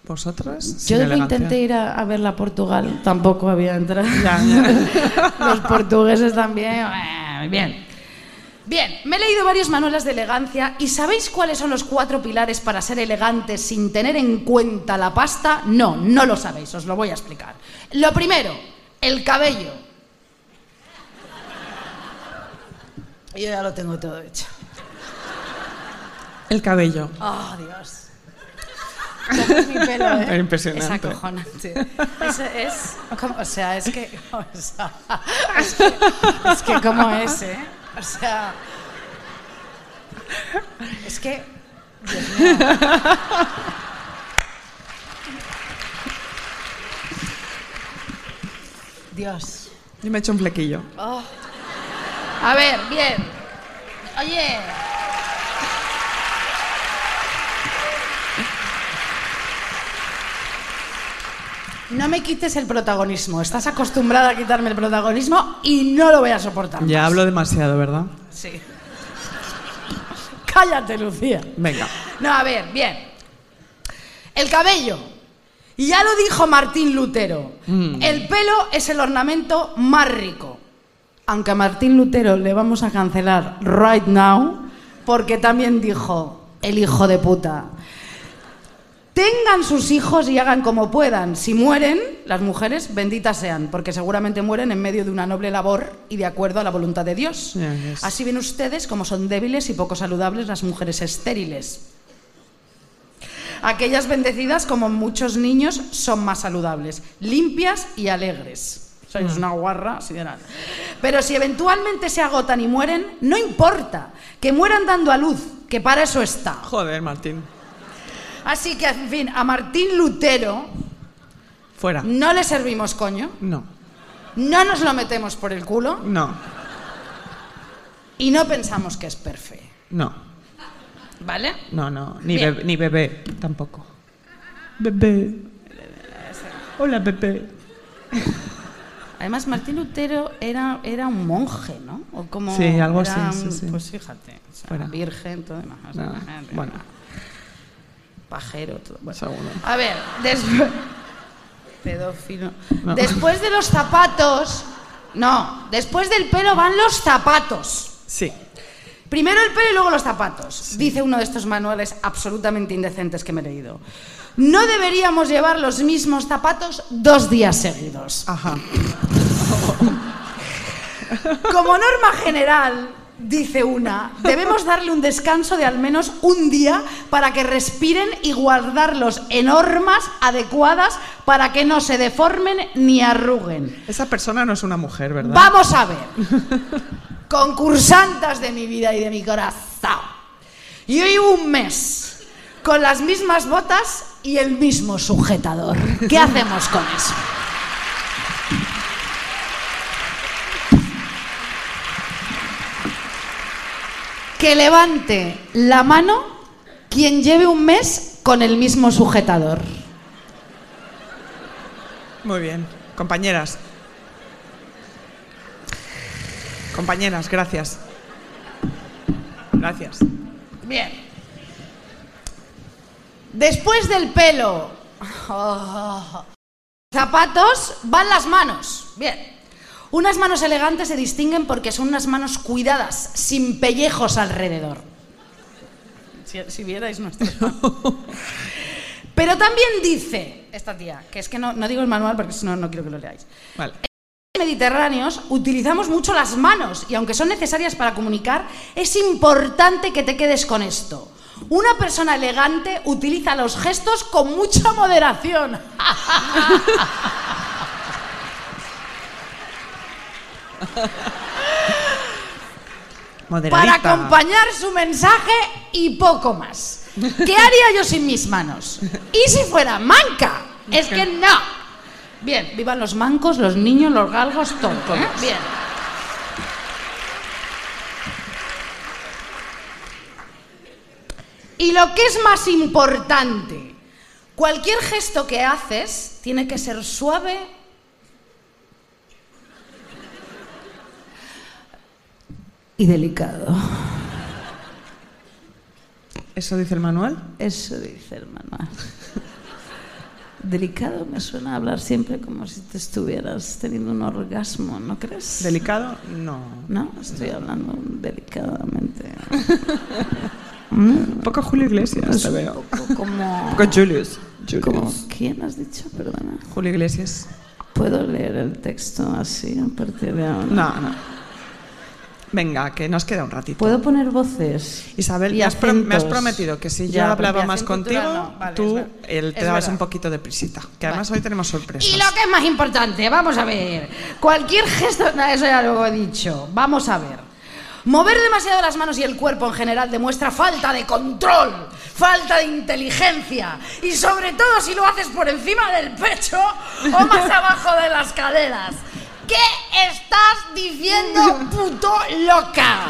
A: vosotros.
B: yo
A: sin
B: luego
A: elegancia.
B: intenté ir a, a verla a Portugal, tampoco había entrado.
A: Ya, ya.
B: Los portugueses también, eh, bien. Bien, me he leído varios manuales de elegancia y ¿sabéis cuáles son los cuatro pilares para ser elegantes sin tener en cuenta la pasta? No, no lo sabéis, os lo voy a explicar. Lo primero, el cabello. Yo ya lo tengo todo hecho.
A: El cabello.
B: ¡Oh, Dios! Es mi pelo, ¿eh?
A: Era impresionante.
B: Es acojonante. Es, es como- o sea, es que, o sea, es que... Es que como es, ¿eh? O sea... Es que... Dios mío. Dios.
A: Yo me he hecho un flequillo.
B: Oh.
C: a ver, bien. Oye,
B: No me quites el protagonismo. Estás acostumbrada a quitarme el protagonismo y no lo voy a soportar.
A: Ya
B: más.
A: hablo demasiado, ¿verdad?
B: Sí. Cállate, Lucía.
A: Venga.
B: No, a ver, bien. El cabello. Y ya lo dijo Martín Lutero. El pelo es el ornamento más rico. Aunque a Martín Lutero le vamos a cancelar right now, porque también dijo, el hijo de puta. Tengan sus hijos y hagan como puedan. Si mueren, las mujeres, benditas sean, porque seguramente mueren en medio de una noble labor y de acuerdo a la voluntad de Dios.
A: Ya ves.
B: Así ven ustedes como son débiles y poco saludables las mujeres estériles. Aquellas bendecidas, como muchos niños, son más saludables, limpias y alegres.
A: Mm.
B: Sois una guarra sideral. Pero si eventualmente se agotan y mueren, no importa, que mueran dando a luz, que para eso está.
A: Joder, Martín.
B: Así que, en fin, a Martín Lutero
A: Fuera.
B: no le servimos coño,
A: No.
B: no nos lo metemos por el culo
A: No.
B: y no pensamos que es perfecto.
A: No.
B: ¿Vale?
A: No, no. Ni,
B: Bien.
A: bebé, ni bebé tampoco. Bebé. Hola, bebé.
B: Además, Martín Lutero era, era un monje, ¿no? O como
A: Sí, algo
B: era
A: así, sí,
B: un-
A: sí.
B: Pues fíjate, o sea,
A: Fuera.
B: virgen, todo demás. o sea,
A: No,
B: imagínate,
A: bueno.
B: Pajero, todo. bueno.
A: Seguro.
B: A ver, después. Pedófilo.
A: No.
B: Después de los zapatos. No, después del pelo van los zapatos.
A: Sí.
B: Primero el pelo y luego los zapatos, dice uno de estos manuales absolutamente indecentes que me he leído. No deberíamos llevar los mismos zapatos dos días seguidos.
A: Ajá.
B: Como norma general, dice una, debemos darle un descanso de al menos un día para que respiren y guardarlos en normas adecuadas para que no se deformen ni arruguen.
A: Esa persona no es una mujer, ¿verdad?
B: Vamos a ver, concursantas de mi vida y de mi corazón. Yo llevo un mes con las mismas botas y el mismo sujetador. ¿Qué hacemos con eso? Que levante la mano quien lleve un mes con el mismo sujetador.
A: Muy bien. Compañeras. Compañeras, gracias. Gracias.
B: Bien. Después del pelo, zapatos, van las manos. Bien. Unas manos elegantes se distinguen porque son unas manos cuidadas, sin pellejos alrededor. Si, si vierais nuestro. Pero también dice esta tía, que es que no, no digo el manual porque si no, no quiero que lo leáis.
A: Vale.
B: Mediterráneos utilizamos mucho las manos y aunque son necesarias para comunicar, es importante que te quedes con esto. Una persona elegante utiliza los gestos con mucha moderación.
A: Moderadita.
B: para acompañar su mensaje y poco más. ¿Qué haría yo sin mis manos? ¿Y si fuera manca? Es que no. Bien, vivan los mancos, los niños, los galgos, todo. ¿eh?
C: Bien.
B: Y lo que es más importante, cualquier gesto que haces tiene que ser suave. Y delicado.
A: ¿Eso dice el manual?
B: Eso dice el manual. Delicado me suena hablar siempre como si te estuvieras teniendo un orgasmo, ¿no crees?
A: ¿Delicado? No.
B: no, estoy hablando delicadamente.
A: Un poco Julio Iglesias, te veo. Un
B: Poco como...
A: poco Julius.
B: como ¿Quién has dicho? Perdona.
A: Julio Iglesias.
B: ¿Puedo leer el texto así a partir de ahora?
A: No, no. Venga, que nos queda un ratito.
B: ¿Puedo poner voces?
A: Isabel,
B: y
A: me has, pro- me has
B: acentos?
A: prometido que si yo
B: Ya,
A: hablaba
B: apropiación
A: más contigo,
B: cultural no. Vale, es
A: tú
B: verdad.
A: él, te
B: Es
A: dabas
B: verdad.
A: un poquito de prisita. Que además hoy tenemos sorpresas.
C: Y lo que es más importante, vamos a ver.
B: Cualquier gesto, no, eso ya lo he dicho. Vamos a ver. Mover demasiado las manos y el cuerpo en general demuestra falta de control, falta de inteligencia y sobre todo si lo haces por encima del pecho o más abajo de las caderas.
C: ¿Qué estás diciendo, puto loca?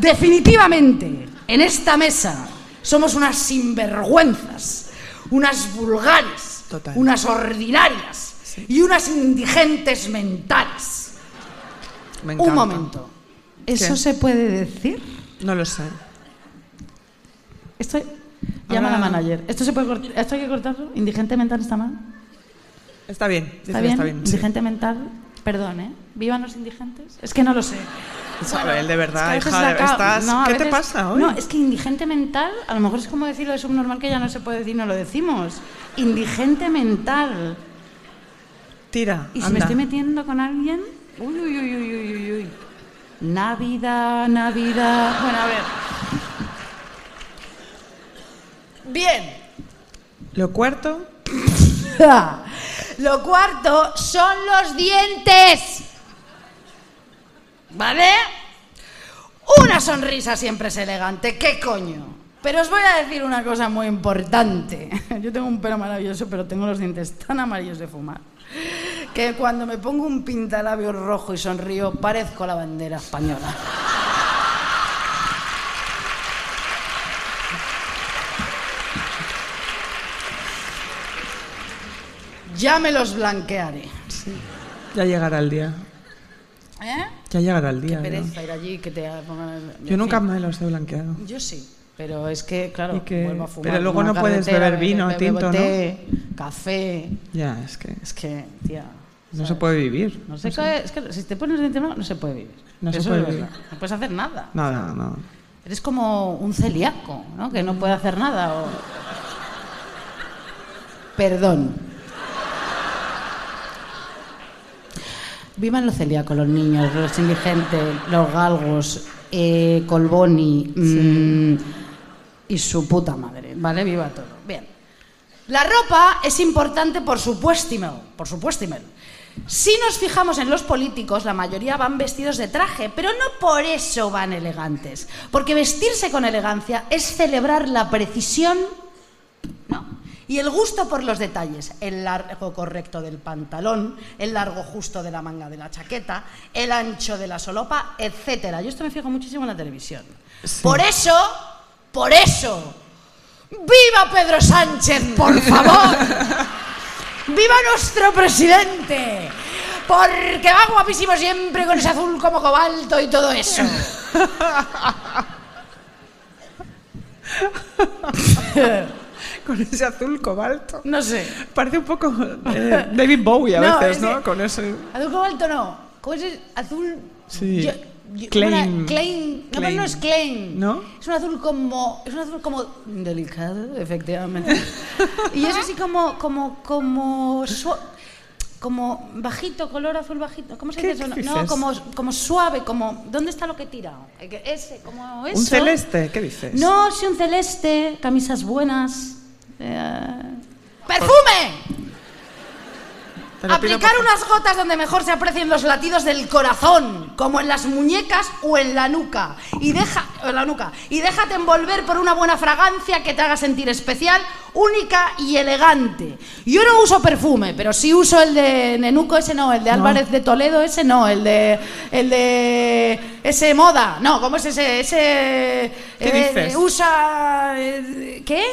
B: Definitivamente, en esta mesa somos unas sinvergüenzas, unas vulgares,
A: Total.
B: unas ordinarias y unas indigentes mentales.
A: Me
B: Un
A: encanta.
B: momento. ¿Eso
A: ¿Qué?
B: se puede decir?
A: No lo sé.
B: Esto llama a la
A: Ahora-
B: manager. ¿Esto se puede cortar? ¿Esto hay que cortarlo? ¿Indigente mental está mal?
A: Está bien. dice
B: ¿Está
A: que
B: bien?
A: Está bien sí.
B: Indigente mental, perdón, ¿eh? ¿Vivan los indigentes? Es que no lo sé.
A: Isabel, de
B: Es que a
A: verdad,
B: veces
A: hija,
B: la cago.
A: estás...
B: No, a
A: ¿Qué te
B: veces-
A: pasa hoy?
B: No, es que indigente mental, a lo mejor es como decirlo de subnormal que ya no se puede decir, no lo decimos. Indigente mental.
A: Tira,
B: Y si me
A: anda.
B: estoy metiendo con alguien. Uy, uy, uy, uy, uy, uy, uy. Navidad, Navidad. Bueno, a ver. Bien.
A: Lo cuarto...
B: Lo cuarto son los dientes. ¿Vale? Una sonrisa siempre es elegante, ¿qué coño? Pero os voy a decir una cosa muy importante. Yo tengo un pelo maravilloso, pero tengo los dientes tan amarillos de fumar que cuando me pongo un pintalabios rojo y sonrío, parezco la bandera española. Ya me los blanquearé.
A: Ya llegará el día.
B: ¿Eh?
A: Ya llegará el día. ¿no?
B: Pereza ir allí que te pongan... en
A: Yo nunca
B: fin.
A: me los he blanqueado.
B: Yo sí, pero es que,
A: Y
B: claro,
A: que-
B: vuelvo a fumar.
A: pero luego
B: una
A: no puedes
B: carretera,
A: beber vino,
B: bebo
A: tinto, ¿no?
B: té, café.
A: Ya, es que
B: Es que, tía.
A: no se puede vivir.
B: No se cae- es que si te pones en tema, no se puede vivir.
A: No se
B: Eso
A: puede
B: es
A: vivir.
B: verdad. No puedes hacer nada.
A: Nada, no.
B: Eres como un celíaco, ¿no? Que no puede hacer nada. o- Perdón. Vivan los celíacos, los niños, los indigentes, los galgos, eh, Colboni mm, y su puta madre, ¿vale? Viva todo. Bien. La ropa es importante por supuésimo, por supuésimo. Si nos fijamos en los políticos, la mayoría van vestidos de traje, pero no por eso van elegantes, porque vestirse con elegancia es celebrar la precisión ¿no? y el gusto por los detalles, el largo correcto del pantalón, el largo justo de la manga de la chaqueta, el ancho de la solopa, etcétera. Yo esto me fijo muchísimo en la televisión.
A: Sí.
B: Por eso, por eso, ¡Viva Pedro Sánchez, por favor! ¡Viva nuestro presidente! Porque va guapísimo siempre con ese azul como cobalto y todo eso.
A: e- Con ese azul cobalto.
B: No sé.
A: Parece un poco eh, David Bowie a
B: No,
A: veces,
B: es
A: ¿no?
B: que-
A: Con ese.
B: Azul cobalto no. ¿Cómo es el azul?
A: Sí.
B: Yo- yo-
A: Klein.
B: ¿cómo era? Klein. No, pero
A: Klein.
B: no es Klein.
A: ¿No?
B: Es un azul como. Es un azul como. Delicado, efectivamente. y es así como. como. como. su-
D: como bajito, color azul bajito. ¿Cómo se
A: ¿Qué
D: dice eso? No,
A: dices?
D: No, como, como suave, como. ¿Dónde está lo que he tirado? Ese, como eso.
A: ¿Un celeste? ¿Qué dices?
D: No, sí, un celeste, camisas buenas. eh,
B: ¡Perfume!
A: Te lo pido,
B: Aplicar
A: por-
B: unas gotas donde mejor se aprecien los latidos del corazón, como en las muñecas o en la nuca. Y deja, o en la nuca. Y déjate envolver por una buena fragancia que te haga sentir especial, única y elegante. Yo no uso perfume, pero sí uso el de Nenuco, ese no, el de Álvarez de Toledo, ese no, el de. el de. ese moda. No, ¿cómo es ese? ese eh,
A: ¿Qué dices?
B: usa. eh, ¿Qué?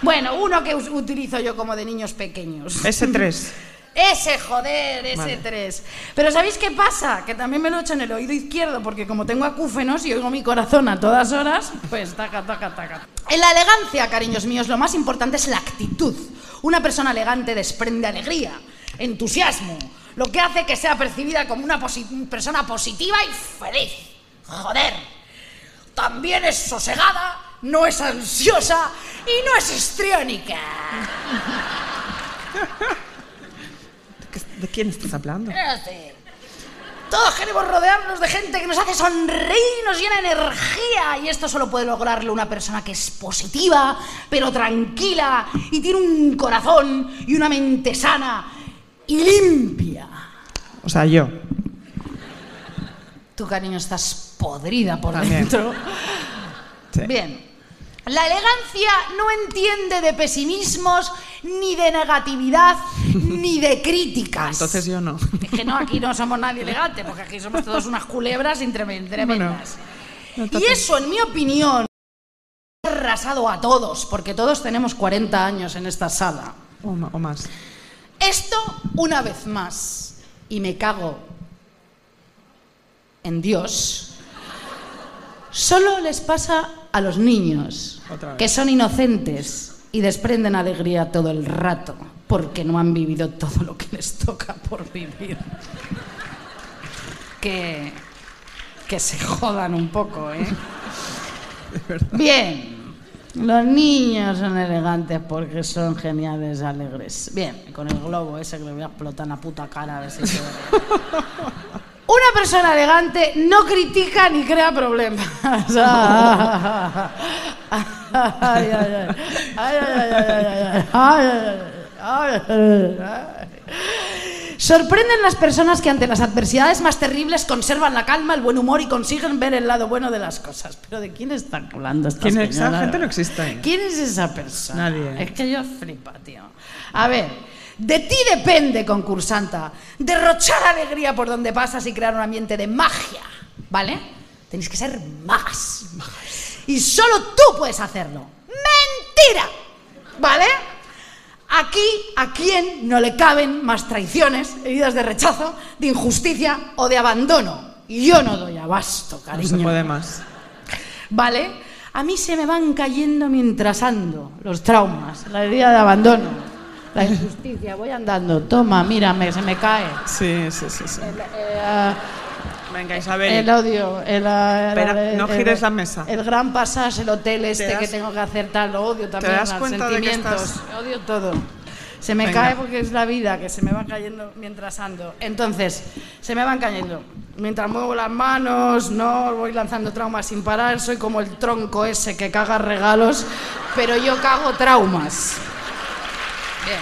B: Bueno, uno que us- utilizo yo como de niños pequeños.
A: S3.
B: Ese, joder, ese
A: Vale.
B: tres. Pero ¿sabéis qué pasa? Que también me lo echo en el oído izquierdo porque como tengo acúfenos y oigo mi corazón a todas horas, pues taca, taca, taca. En la elegancia, cariños míos, lo más importante es la actitud. Una persona elegante desprende alegría, entusiasmo, lo que hace que sea percibida como una posi- persona positiva y feliz. Joder, también es sosegada, no es ansiosa y no es histriónica.
A: ¿Qué- ¿De quién estás hablando?
B: Espérate. Todos queremos rodearnos de gente que nos hace sonreír, nos llena de energía y esto solo puede lograrlo una persona que es positiva, pero tranquila y tiene un corazón y una mente sana y limpia.
A: O sea, yo.
B: Tu cariño estás podrida por
A: También.
B: dentro.
A: Sí.
B: Bien. La elegancia no entiende de pesimismos, ni de negatividad, ni de críticas.
A: Entonces yo no.
B: Es que no, aquí no somos nadie elegante, porque aquí somos todos unas culebras intreme- tremendas. y
A: entonces-
B: eso, en mi opinión, ha arrasado a todos, porque todos tenemos 40 años en esta sala.
A: O, ma- o más.
B: Esto una vez más, y me cago en Dios, solo les pasa a los niños,
A: Otra vez.
B: que son inocentes y desprenden alegría todo el rato, porque no han vivido todo lo que les toca por vivir. Que, que se jodan un poco, ¿eh? Bien. Los niños son elegantes porque son geniales, alegres. Bien, y con el globo ese que le voy a explotar en la puta cara a ver si se ve. Una persona elegante no critica ni crea problemas. Ay, ay, ay. Ay, ay, ay, ay, ay, ay. Ay, ay, ay, ay, ay. Sorprenden las personas que ante las adversidades más terribles conservan la calma, el buen humor y consiguen ver el lado bueno de las cosas. Pero ¿de quién están hablando estas
A: ¿Quién es esa
B: señoras?
A: gente? No existe. ¿eh?
B: ¿Quién es esa persona?
A: Nadie.
B: Es que yo flipa, tío. A ver, de ti depende, concursanta, derrochar alegría por donde pasas y crear un ambiente de magia, ¿vale? Tenéis que ser magas. Y solo tú puedes hacerlo. ¡Mentira! ¿Vale? Aquí, a quien no le caben más traiciones, heridas de rechazo, de injusticia o de abandono. Y Yo no doy abasto,
A: No
B: cariño.
A: se puede más.
B: ¿Vale? A mí se me van cayendo mientras ando los traumas, la herida de abandono, la injusticia. Voy andando, toma, mírame, se me cae.
A: Sí, sí, sí. sí.
B: El, eh,
A: Venga, Isabel.
B: el odio, el, eh, el,
A: Espera,
B: eh,
A: no
B: el-
A: gires la mesa.
B: El gran pasas, el hotel este
A: das-
B: que tengo que hacer tal, lo odio también.
A: das
B: los
A: cuenta de que
B: sentimientos,
A: estás-
B: Odio todo. Se me
A: Venga.
B: cae porque es la vida, que se me va cayendo mientras ando. Entonces, se me van cayendo. Mientras muevo las manos, no voy lanzando traumas sin parar. Soy como el tronco ese que caga regalos, pero yo cago traumas. Bien.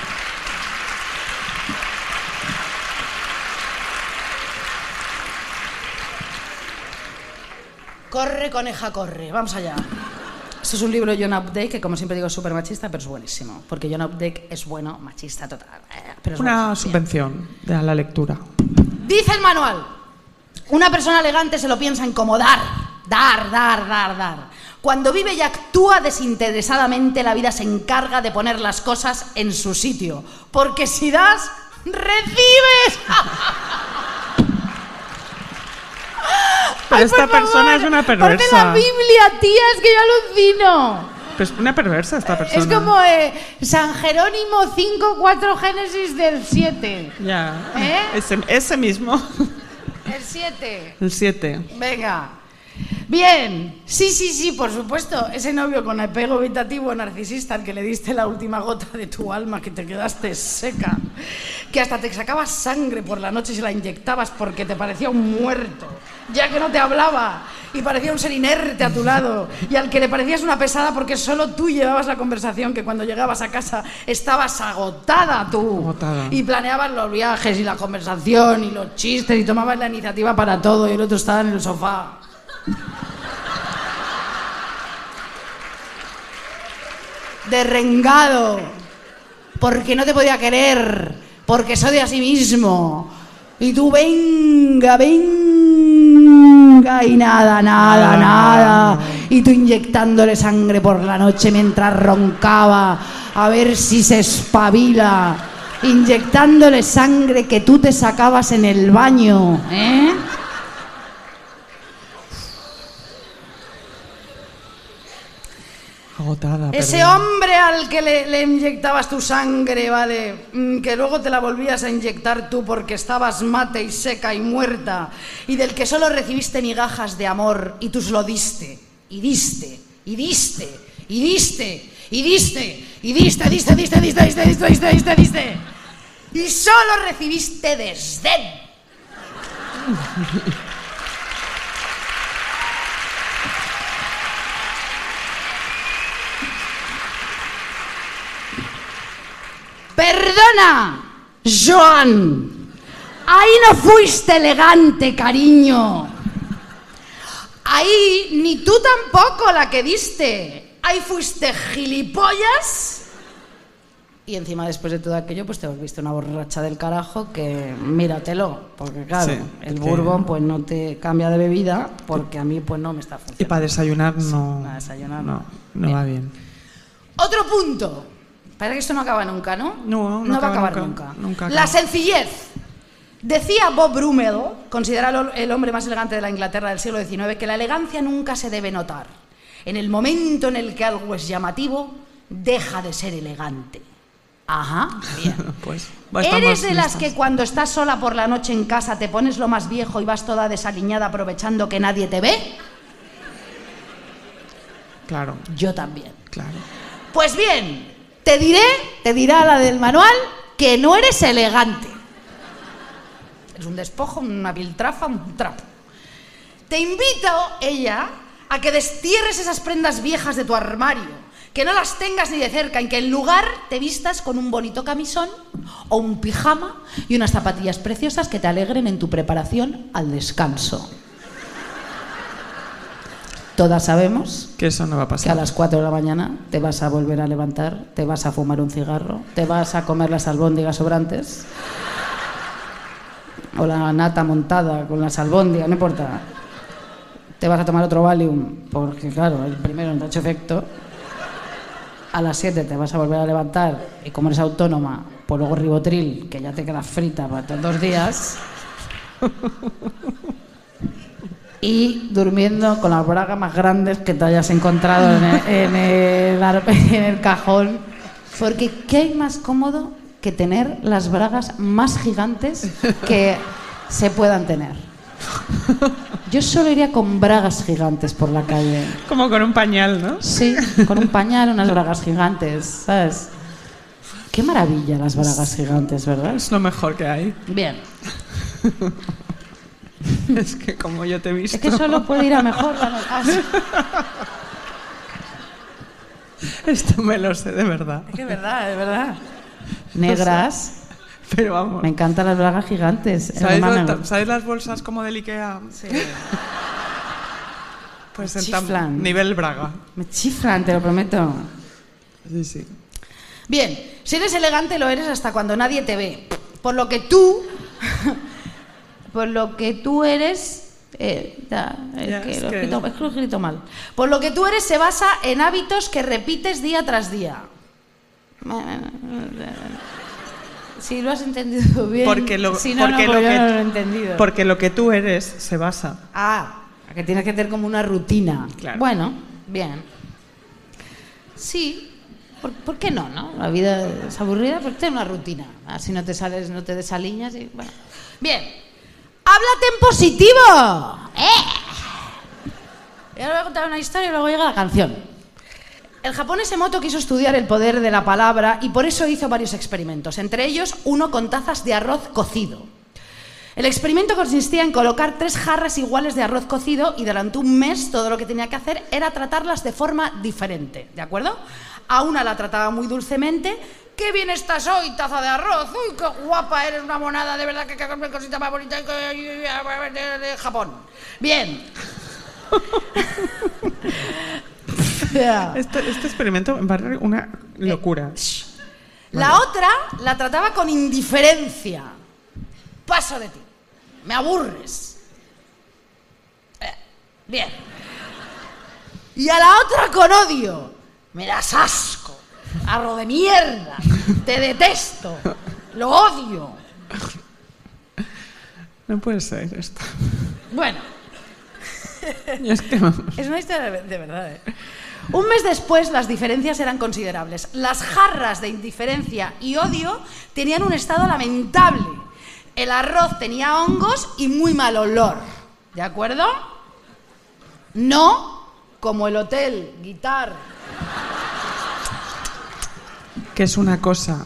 B: Corre, coneja, corre. Vamos allá. Esto es un libro de John Updike que, como siempre digo, es súper machista, pero es buenísimo. Porque John Updike es bueno, machista total. eh, Pero es
A: Una
B: buenísimo. Bien.
A: subvención de a la lectura.
B: Dice el manual. Una persona elegante se lo piensa en como dar, dar, dar, dar, dar. Cuando vive y actúa desinteresadamente, la vida se encarga de poner las cosas en su sitio. Porque si das, recibes.
A: Pero esta
B: por
A: persona
B: favor,
A: es una
B: ponte la
A: perversa.
B: Biblia, tía, es que yo alucino.
A: Pues una perversa esta persona.
B: Es como eh, San Jerónimo 5, 4 Génesis del 7.
A: Ya.
B: ¿Eh?
A: Ese, ese mismo.
B: El 7.
A: El 7.
B: Venga. Bien, sí, sí, sí, por supuesto. Ese novio con apego evitativo narcisista al que le diste la última gota de tu alma que te quedaste seca, que hasta te sacabas sangre por la noche y se la inyectabas porque te parecía un muerto, ya que no te hablaba y parecía un ser inerte a tu lado, y al que le parecías una pesada porque solo tú llevabas la conversación, que cuando llegabas a casa estabas agotada tú.
A: Agotada.
B: Y planeabas los viajes y la conversación y los chistes y tomabas la iniciativa para todo y el otro estaba en el sofá. derrengado, porque no te podía querer, porque soy de a sí mismo. Y tú venga, venga, y nada, nada, nada. Y tú inyectándole sangre por la noche mientras roncaba, a ver si se espabila. Inyectándole sangre que tú te sacabas en el baño, ¿eh?
A: Agotada.
B: Ese
A: perdón.
B: hombre al que le, le inyectabas tu sangre, ¿vale? Mm, Que luego te la volvías a inyectar tú porque estabas mate y seca y muerta. Y del que solo recibiste migajas de amor y tú se lo diste. Y diste, y diste, y diste, y diste, y diste, diste, diste, diste, diste, diste, diste, diste, diste. Y solo recibiste desdén.
D: Perdona, Joan. Ahí no fuiste elegante, cariño. Ahí ni tú tampoco la que diste. Ahí fuiste gilipollas.
B: Y encima, después de todo aquello, pues te volviste una borracha del carajo que míratelo. Porque claro,
A: Sí,
B: el
A: porque-
B: bourbon pues no te cambia de bebida porque a mí pues no me está funcionando.
A: Y para desayunar no.
B: para desayunar
A: no. No
B: Bien.
A: va bien.
B: Otro punto. Parece que esto no acaba nunca, ¿no?
A: No, no
B: va a
A: acaba
B: acabar
A: nunca,
B: nunca.
A: nunca
B: La
A: acaba.
B: sencillez. Decía Bob Brummel, considerado el hombre más elegante de la Inglaterra del siglo XIX, que la elegancia nunca se debe notar. En el momento en el que algo es llamativo, deja de ser elegante. Ajá, bien.
A: Pues.
B: ¿Eres de las
A: listas.
B: que cuando estás sola por la noche en casa te pones lo más viejo y vas toda desaliñada aprovechando que nadie te ve?
A: Claro,
B: Yo también.
A: claro.
B: Pues bien, te diré, te dirá la del manual, que no eres elegante. Es un despojo, una piltrafa, un trapo. Te invito, ella, a que destierres esas prendas viejas de tu armario, que no las tengas ni de cerca, en que en lugar te vistas con un bonito camisón o un pijama y unas zapatillas preciosas que te alegren en tu preparación al descanso. Todas sabemos
A: Que eso no va a
B: que a
A: pasar.
B: las 4 de la mañana te vas a volver a levantar, te vas a fumar un cigarro, te vas a comer las albóndigas sobrantes o la nata montada con las albóndigas, no importa. Te vas a tomar otro Valium, porque claro, el primero no te ha hecho efecto. A las 7 te vas a volver a levantar y como eres autónoma, pues luego ribotril, que ya te quedas frita para todos dos días. y durmiendo con las bragas más grandes que te hayas encontrado en el, en el ar- en el cajón. Porque ¿qué hay más cómodo que tener las bragas más gigantes que se puedan tener? Yo solo iría con bragas gigantes por la calle.
A: Como con un pañal, ¿no?
B: Sí, con un pañal, unas bragas gigantes, ¿sabes? Qué maravilla las bragas gigantes, ¿verdad?
A: Es lo mejor que hay.
B: Bien.
A: Es que como yo te he visto.
B: Es que solo puede ir a mejor. Bueno, ah, sí.
A: Esto me lo sé de verdad.
B: Es que es verdad, es verdad. Negras.
A: Pero vamos.
B: Me encantan las bragas gigantes.
A: ¿Sabéis,
B: hermana.
A: lo- sabéis las bolsas como del Ikea? Sí. Pues en tam-
B: Chiflan.
A: nivel Braga.
B: Me chiflan, te lo prometo.
A: Sí, sí.
B: Bien, si eres elegante lo eres hasta cuando nadie te ve. Por lo que tú, por lo que tú eres, eh, da, es,
A: Ya,
B: que
A: es
B: lo he
A: que-
B: escrito, es que lo he escrito mal. Por lo que tú eres se basa en hábitos que repites día tras día. Si lo has entendido bien,
A: Porque lo-
B: si no,
A: porque
B: no,
A: lo
B: yo
A: que-
B: no lo he entendido.
A: Porque lo que tú eres se basa.
B: Ah, que tienes que tener como una rutina.
A: Claro.
B: Bueno, bien. Sí, ¿por, por qué no, no? La vida es aburrida, pero ten una rutina. Así no te sales, no te desaliñas y bueno. Bien.
D: Háblate en positivo. ¿eh? contar una historia y luego llega la canción.
B: El japonés Emoto quiso estudiar el poder de la palabra y por eso hizo varios experimentos, entre ellos uno con tazas de arroz cocido. El experimento consistía en colocar tres jarras iguales de arroz cocido y durante un mes todo lo que tenía que hacer era tratarlas de forma diferente, ¿de acuerdo? A una la trataba muy dulcemente,
E: ¡Qué bien estás hoy, taza de arroz! ¡Uy, qué guapa! Eres una monada, de verdad que qué cosita más bonita que de de Japón.
B: bien,
A: Este, este experimento me parece una locura.
B: la otra la trataba con indiferencia. Paso de ti, me aburres. Eh, bien. Y a la otra con odio, me das asco, arro de mierda, te detesto, lo odio.
A: No puede ser esto.
B: Bueno,
A: Y es que vamos.
B: Es una historia de, de verdad, ¿eh? Un mes después las diferencias eran considerables. Las jarras de indiferencia y odio tenían un estado lamentable. El arroz tenía hongos y muy mal olor. ¿De acuerdo? No como el hotel, guitar.
A: que es una cosa.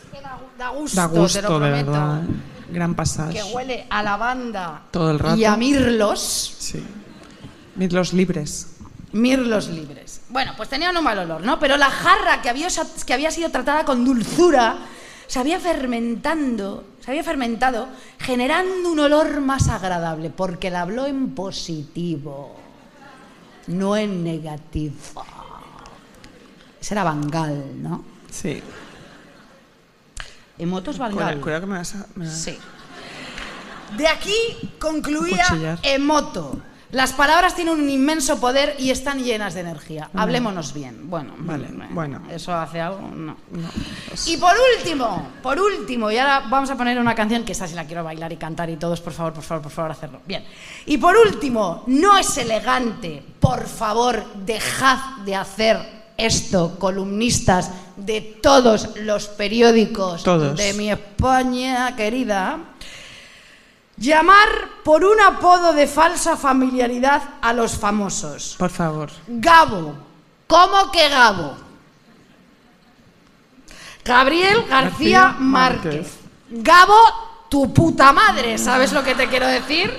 B: Es que da, da gusto,
A: Da
B: te
A: gusto,
B: lo
A: de
B: prometo.
A: verdad. Gran pasaje.
B: Que huele a lavanda
A: Todo el rato.
B: y a mirlos.
A: Sí. Mid los libres.
B: Mirlos libres. Bueno, pues tenían un mal olor, ¿no? Pero la jarra que había, que había sido tratada con dulzura se había fermentando, se había fermentado, generando un olor más agradable, porque la habló en positivo, no en negativo. Ese era Bangal, ¿no?
A: Sí.
B: Emotos
A: Cuidado,
B: Bangal.
A: cuidado que me vas a. me vas-
B: Sí. De aquí concluía
A: Cuchillar.
B: Emoto. Las palabras tienen un inmenso poder y están llenas de energía. Hablémonos bien. Bueno, eh,
A: Vale, bueno.
B: Eso hace algo, no.
A: no, pues-
B: Y por último, por último, y ahora vamos a poner una canción que esta sí la quiero bailar y cantar y todos, por favor, por favor, por favor, hacerlo. Bien. Y por último, no es elegante. Por favor, dejad de hacer esto, columnistas de todos los periódicos
A: Todos.
B: de mi España querida. Llamar por un apodo de falsa familiaridad a los famosos.
A: Por favor.
B: Gabo. ¿Cómo que Gabo? Gabriel García,
A: García
B: Márquez.
A: Márquez.
B: Gabo, tu puta madre, ¿sabes lo que te quiero decir?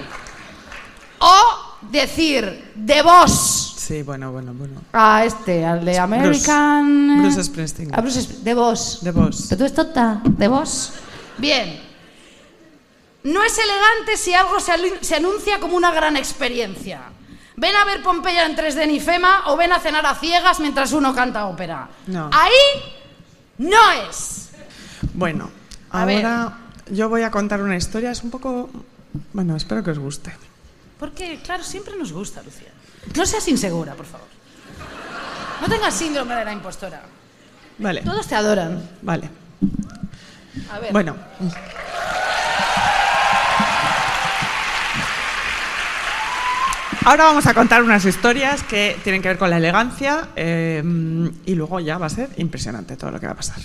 B: O decir de vos
A: Sí, bueno, bueno, bueno.
B: a este, al de American.
A: Bruce Springsteen.
B: A Bruce Sp- de vos.
A: De vos.
B: Que tú eres tonta, de vos. Bien. No es elegante si algo se, alu- se anuncia como una gran experiencia. Ven a ver Pompeya en 3D en IFEMA o ven a cenar a ciegas mientras uno canta ópera.
A: No.
B: Ahí no es.
A: Bueno,
B: A ver.
A: ahora yo voy a contar una historia. Es un poco. Bueno, espero que os guste.
B: Porque, claro, siempre nos gusta, Lucía. No seas insegura, por favor. No tengas síndrome de la impostora.
A: Vale.
B: Todos te adoran.
A: Vale.
B: A ver.
A: Bueno. Ahora vamos a contar unas historias que tienen que ver con la elegancia eh, y luego ya va a ser impresionante todo lo que va a pasar.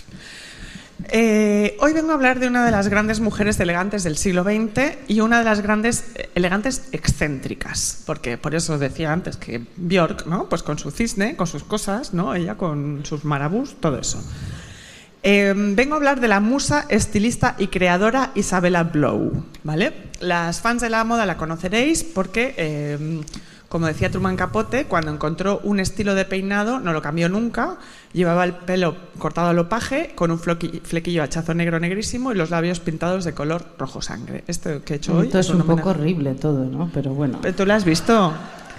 A: Eh, hoy vengo a hablar de una de las grandes mujeres elegantes del siglo XX y una de las grandes eh, elegantes excéntricas, porque por eso decía antes que Björk, ¿no? Pues con su cisne, con sus cosas, ¿no? Ella con sus marabús, todo eso. Eh, vengo a hablar de la musa, estilista y creadora Isabella Blow. ¿vale? Las fans de la moda la conoceréis porque, eh, como decía Truman Capote, cuando encontró un estilo de peinado no lo cambió nunca. Llevaba el pelo cortado al opaje, con un floqui- flequillo hachazo negro negrísimo y los labios pintados de color rojo sangre. Esto que he hecho hoy
D: Mm, Esto es
A: un
D: un poco
A: homenaje-
D: horrible todo, ¿no? Pero bueno.
A: Pero ¿Tú la has visto?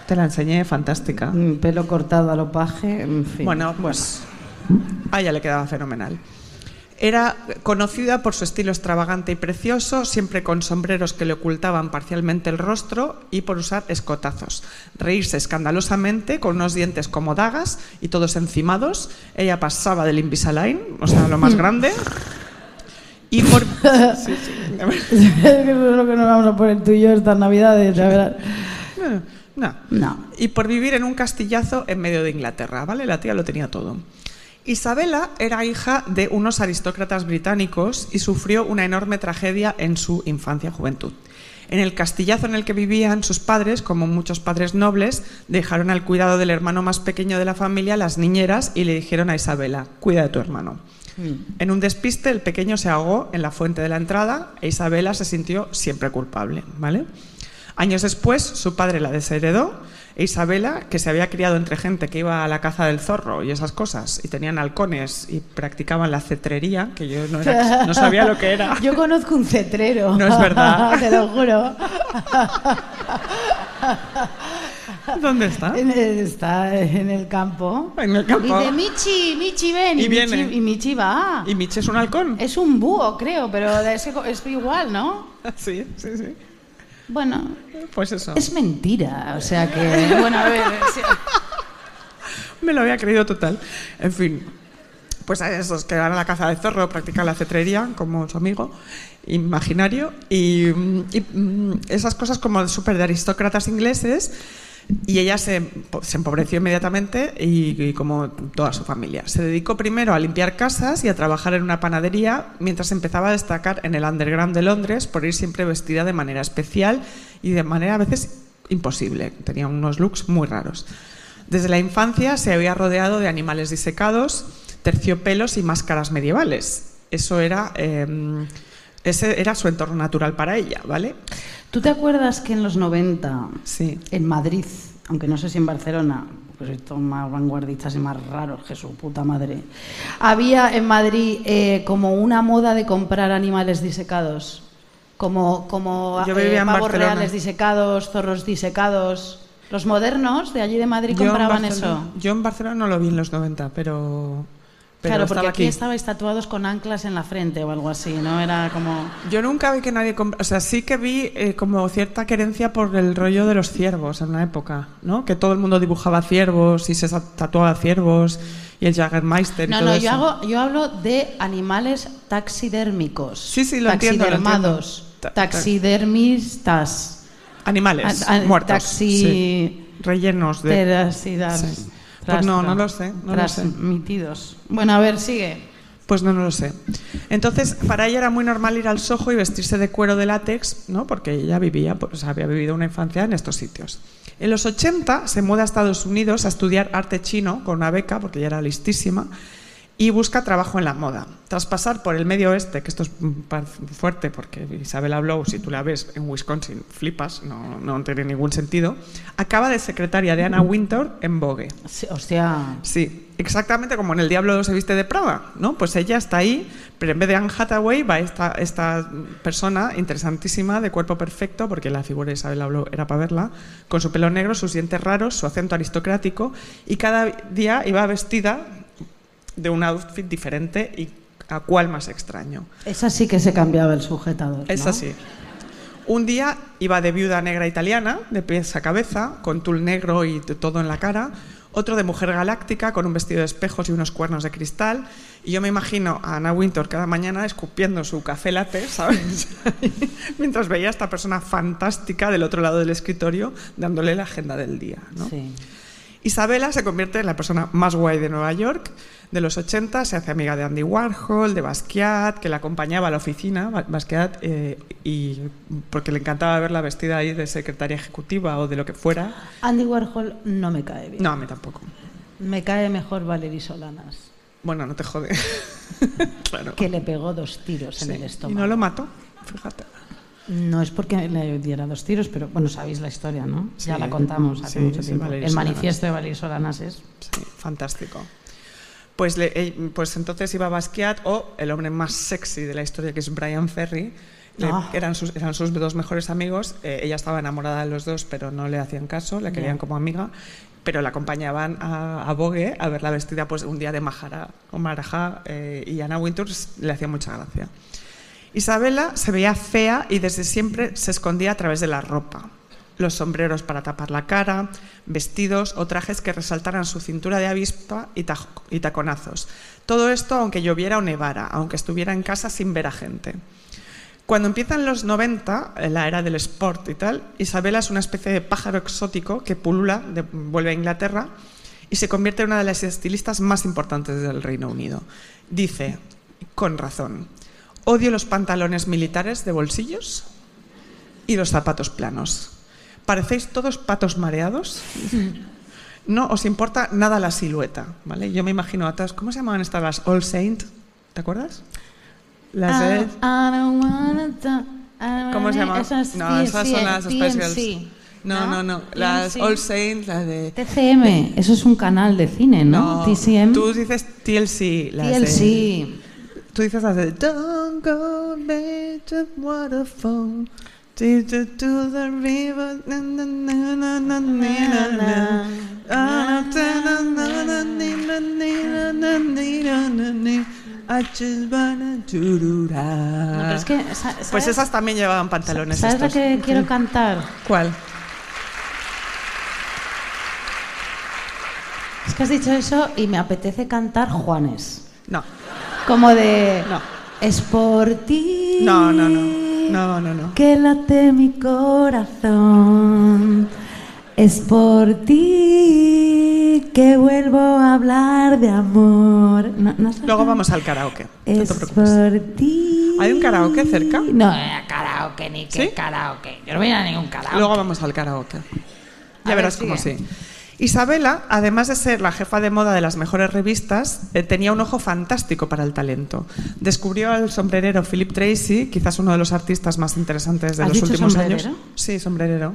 A: Te la enseñé, fantástica.
D: Mm, Pelo cortado al opaje, en fin.
A: Bueno, pues a ella le quedaba fenomenal. Era conocida por su estilo extravagante y precioso, siempre con sombreros que le ocultaban parcialmente el rostro y por usar escotazos. Reírse escandalosamente con unos dientes como dagas y todos encimados. Ella pasaba del Invisalign, o sea, lo más grande. Y por... Sí, sí.
D: es que eso es lo que nos vamos a poner tú y yo estas navidades, la verdad.
A: No.
D: No.
A: y por vivir en un castillazo en medio de Inglaterra, ¿vale? La tía lo tenía todo. Isabela era hija de unos aristócratas británicos y sufrió una enorme tragedia en su infancia y juventud. en el castillazo en el que vivían sus padres, como muchos padres nobles, dejaron al cuidado del hermano más pequeño de la familia las niñeras y le dijeron a Isabela, cuida de tu hermano. En un despiste, el pequeño se ahogó en la fuente de la entrada e Isabela se sintió siempre culpable, ¿vale? Años después, su padre la desheredó e Isabela, que se había criado entre gente que iba a la caza del zorro y esas cosas, y tenían halcones y practicaban la cetrería, que yo no, era- no sabía lo que era.
B: Yo conozco un cetrero.
A: No es verdad.
B: Te lo juro.
A: ¿Dónde está?
B: En el- está en el campo.
A: En el
B: Y
A: campo.
B: de Michi, Michi ven.
A: Y viene.
B: Michi, y Michi va.
A: ¿Y Michi es un halcón?
B: Es un búho, creo, pero de ese co- es igual, ¿no?
A: Sí, sí, sí.
B: Bueno,
A: Pues eso.
B: es mentira, o sea que... Bueno, a ver, sí.
A: Me lo había creído total. En fin, pues a esos que van a la caza de zorro, practican la cetrería, como su amigo imaginario, y, mm, y, mm, esas cosas como súper de aristócratas ingleses. Y ella se, empo- se empobreció inmediatamente y, y como toda su familia. Se dedicó primero a limpiar casas y a trabajar en una panadería mientras empezaba a destacar en el underground de Londres por ir siempre vestida de manera especial y de manera a veces imposible. Tenía unos looks muy raros. Desde la infancia se había rodeado de animales disecados, terciopelos y máscaras medievales. Eso era, eh, ese era su entorno natural para ella, ¿vale?
B: ¿Tú te acuerdas que en los 90,
A: Sí.
B: en Madrid, aunque no sé si en Barcelona, porque sois todos más vanguardistas y más raros que su puta madre, había en Madrid eh, como una moda de comprar animales disecados? Como, como eh,
A: Yo vivía en
B: pavos
A: Barcelona.
B: reales disecados, zorros disecados. Los modernos de allí de Madrid
A: Yo en
B: compraban eso.
A: Barcelona- Yo en Barcelona no lo vi en los 90, pero, pero
B: claro,
A: estaba
B: porque aquí,
A: aquí.
B: estabais tatuados con anclas en la frente o algo así, ¿no? Era como...
A: Yo nunca vi que nadie... comp- O sea, sí que vi eh, como cierta querencia por el rollo de los ciervos en una época, ¿no? Que todo el mundo dibujaba ciervos y se sa- tatuaba ciervos y el Jaggermeister y
B: No,
A: todo
B: no,
A: eso.
B: yo, hago, yo hablo de animales taxidérmicos.
A: Sí, sí, lo entiendo, lo
B: Taxidermados.
A: entiendo. Ta- ta-
B: Taxidermistas.
A: Animales
B: A- a-
A: muertos.
B: taxi-
A: sí. Rellenos de...
B: Terasidad.
A: Sí. Pues no, no lo sé, no lo sé.
B: Transmitidos. Bueno, a ver, sigue.
A: Pues no, no lo sé. Entonces, para ella era muy normal ir al Soho y vestirse de cuero de látex, ¿no? porque ella vivía, pues, había vivido una infancia en estos sitios. En los 80 se muda a Estados Unidos a estudiar arte chino con una beca, porque ella era listísima, y busca trabajo en la moda. Tras pasar por el medio oeste, que esto es mm, par- fuerte porque Isabel Blow, si tú la ves en Wisconsin, flipas, no, no tiene ningún sentido, acaba de secretaria de Anna Wintour en Vogue.
B: Sí, hostia.
A: Sí, exactamente como en El Diablo se viste de Prada, ¿no? Pues ella está ahí, pero en vez de Anne Hathaway va esta, esta persona interesantísima, de cuerpo perfecto, porque la figura de Isabel Habló era para verla, con su pelo negro, sus dientes raros, su acento aristocrático, y cada día iba vestida de un outfit diferente y a cuál más extraño.
B: Esa sí que se cambiaba el sujetador.
A: Es
B: ¿no?
A: así. Un día iba de viuda negra italiana, de pies a cabeza, con tul negro y t- todo en la cara. Otro de mujer galáctica, con un vestido de espejos y unos cuernos de cristal. Y yo me imagino a Anna Winter cada mañana escupiendo su café latte, ¿sabes? Mientras veía a esta persona fantástica del otro lado del escritorio dándole la agenda del día. ¿no?
B: Sí.
A: Isabela se convierte en la persona más guay de Nueva York. De los 80 se hace amiga de Andy Warhol, de Basquiat, que la acompañaba a la oficina, Ba- Basquiat, eh, y porque le encantaba verla vestida ahí de secretaria ejecutiva o de lo que fuera.
B: Andy Warhol no me cae bien.
A: No, a mí tampoco.
B: Me cae mejor Valerie Solanas,
A: Bueno, no te jode. claro.
B: que le pegó dos tiros
A: Sí.
B: en el
A: Y
B: estómago.
A: no lo mató, fíjate.
B: No es porque le diera dos tiros, pero bueno, sabéis la historia, ¿no? ya
A: Sí.
B: la contamos hace
A: Sí,
B: mucho
A: sí,
B: tiempo.
A: Valeria
B: el
A: Solanas.
B: manifiesto de Valeria Solanas es.
A: Sí, fantástico. Pues, le- eh, pues entonces iba Basquiat o el hombre más sexy de la historia, que es Brian Ferry. le-
B: Ah.
A: eran, sus, eran sus dos mejores amigos. eh, ella estaba enamorada de los dos, pero no le hacían caso, la querían como amiga. Pero la acompañaban a, a Vogue a verla vestida pues, un día de Mahara o Marajá. eh, y Anna Wintour le hacía mucha gracia. Isabela se veía fea y desde siempre se escondía a través de la ropa. Los sombreros para tapar la cara, vestidos o trajes que resaltaran su cintura de avispa y, taj- y taconazos. Todo esto aunque lloviera o nevara, aunque estuviera en casa sin ver a gente. Cuando empiezan los 90, eh, la era del sport y tal, Isabela es una especie de pájaro exótico que pulula, de- vuelve a Inglaterra y se convierte en una de las estilistas más importantes del Reino Unido. Dice, con razón, odio los pantalones militares de bolsillos y los zapatos planos. Parecéis todos patos mareados. No os importa nada la silueta, ¿vale? Yo me imagino atrás, ¿cómo se llamaban estas las All Saint? ¿Te acuerdas? Las
D: Ah,
B: "Oh,
A: de-
B: Ah,
A: ¿Cómo se llama? no, esas son las Spice Girls. No, no, no, Las All Saints, las de.
B: TCM, eso es un canal de cine, ¿no? TCM.
A: Tú dices TLC, las de-
B: TLC.
A: Tú dices las de. Don't go back to the waterfall. To, to, to the river. na, na, na, na, na, na, na. Ah, ta, na, na, na, ni, na, ni, na, na, ni, na, na, ni. I just wanna do, do, da.
B: No, pero es que, sa-
A: Pues
B: ¿sabes-
A: esas también llevaban pantalones.
B: ¿Sabes la
A: estos.
B: que quiero cantar?
A: ¿Cuál?
B: Es que has dicho eso y me apetece cantar Juanes.
A: No.
B: Como de.
A: No.
B: Es por ti.
A: No, no, no. No, no, no.
B: Que late mi corazón. Es por ti que vuelvo a hablar de amor. No, no sé.
A: Luego vamos al karaoke. No
B: Es
A: te preocupes.
B: por ti.
A: ¿Hay un karaoke cerca?
B: No, eh, karaoke ni que
A: ¿Sí?
B: karaoke. Yo no voy a ningún karaoke.
A: Luego vamos al karaoke.
B: A
A: Ya
B: ver,
A: verás cómo
B: sigue.
A: sí. Isabela, además de ser la jefa de moda de las mejores revistas, eh, tenía un ojo fantástico para el talento. Descubrió al sombrerero Philip Tracy, quizás uno de los artistas más interesantes de
B: ¿Has
A: los
B: dicho
A: últimos
B: sombrerero?
A: años. Sí, sombrerero.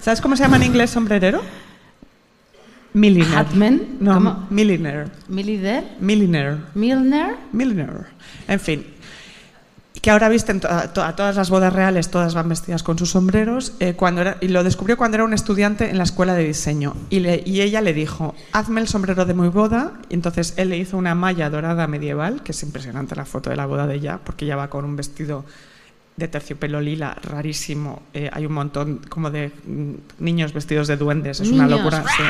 A: ¿Sabes cómo se llama en inglés sombrerero? Milliner.
B: Hatman?
A: No,
B: ¿Cómo?
A: milliner.
B: Milider,
A: Milliner.
B: Milner.
A: Milliner. En fin. Que ahora visten to- a, to- a todas las bodas reales, todas van vestidas con sus sombreros. eh, cuando era- y lo descubrió cuando era un estudiante en la escuela de diseño. Y, le- y ella le dijo: Hazme el sombrero de mi boda. Y entonces él le hizo una malla dorada medieval, que es impresionante la foto de la boda de ella, porque ella va con un vestido de terciopelo lila rarísimo. eh, hay un montón como de mm, niños vestidos de duendes. Es una
B: Niños.
A: locura. sí.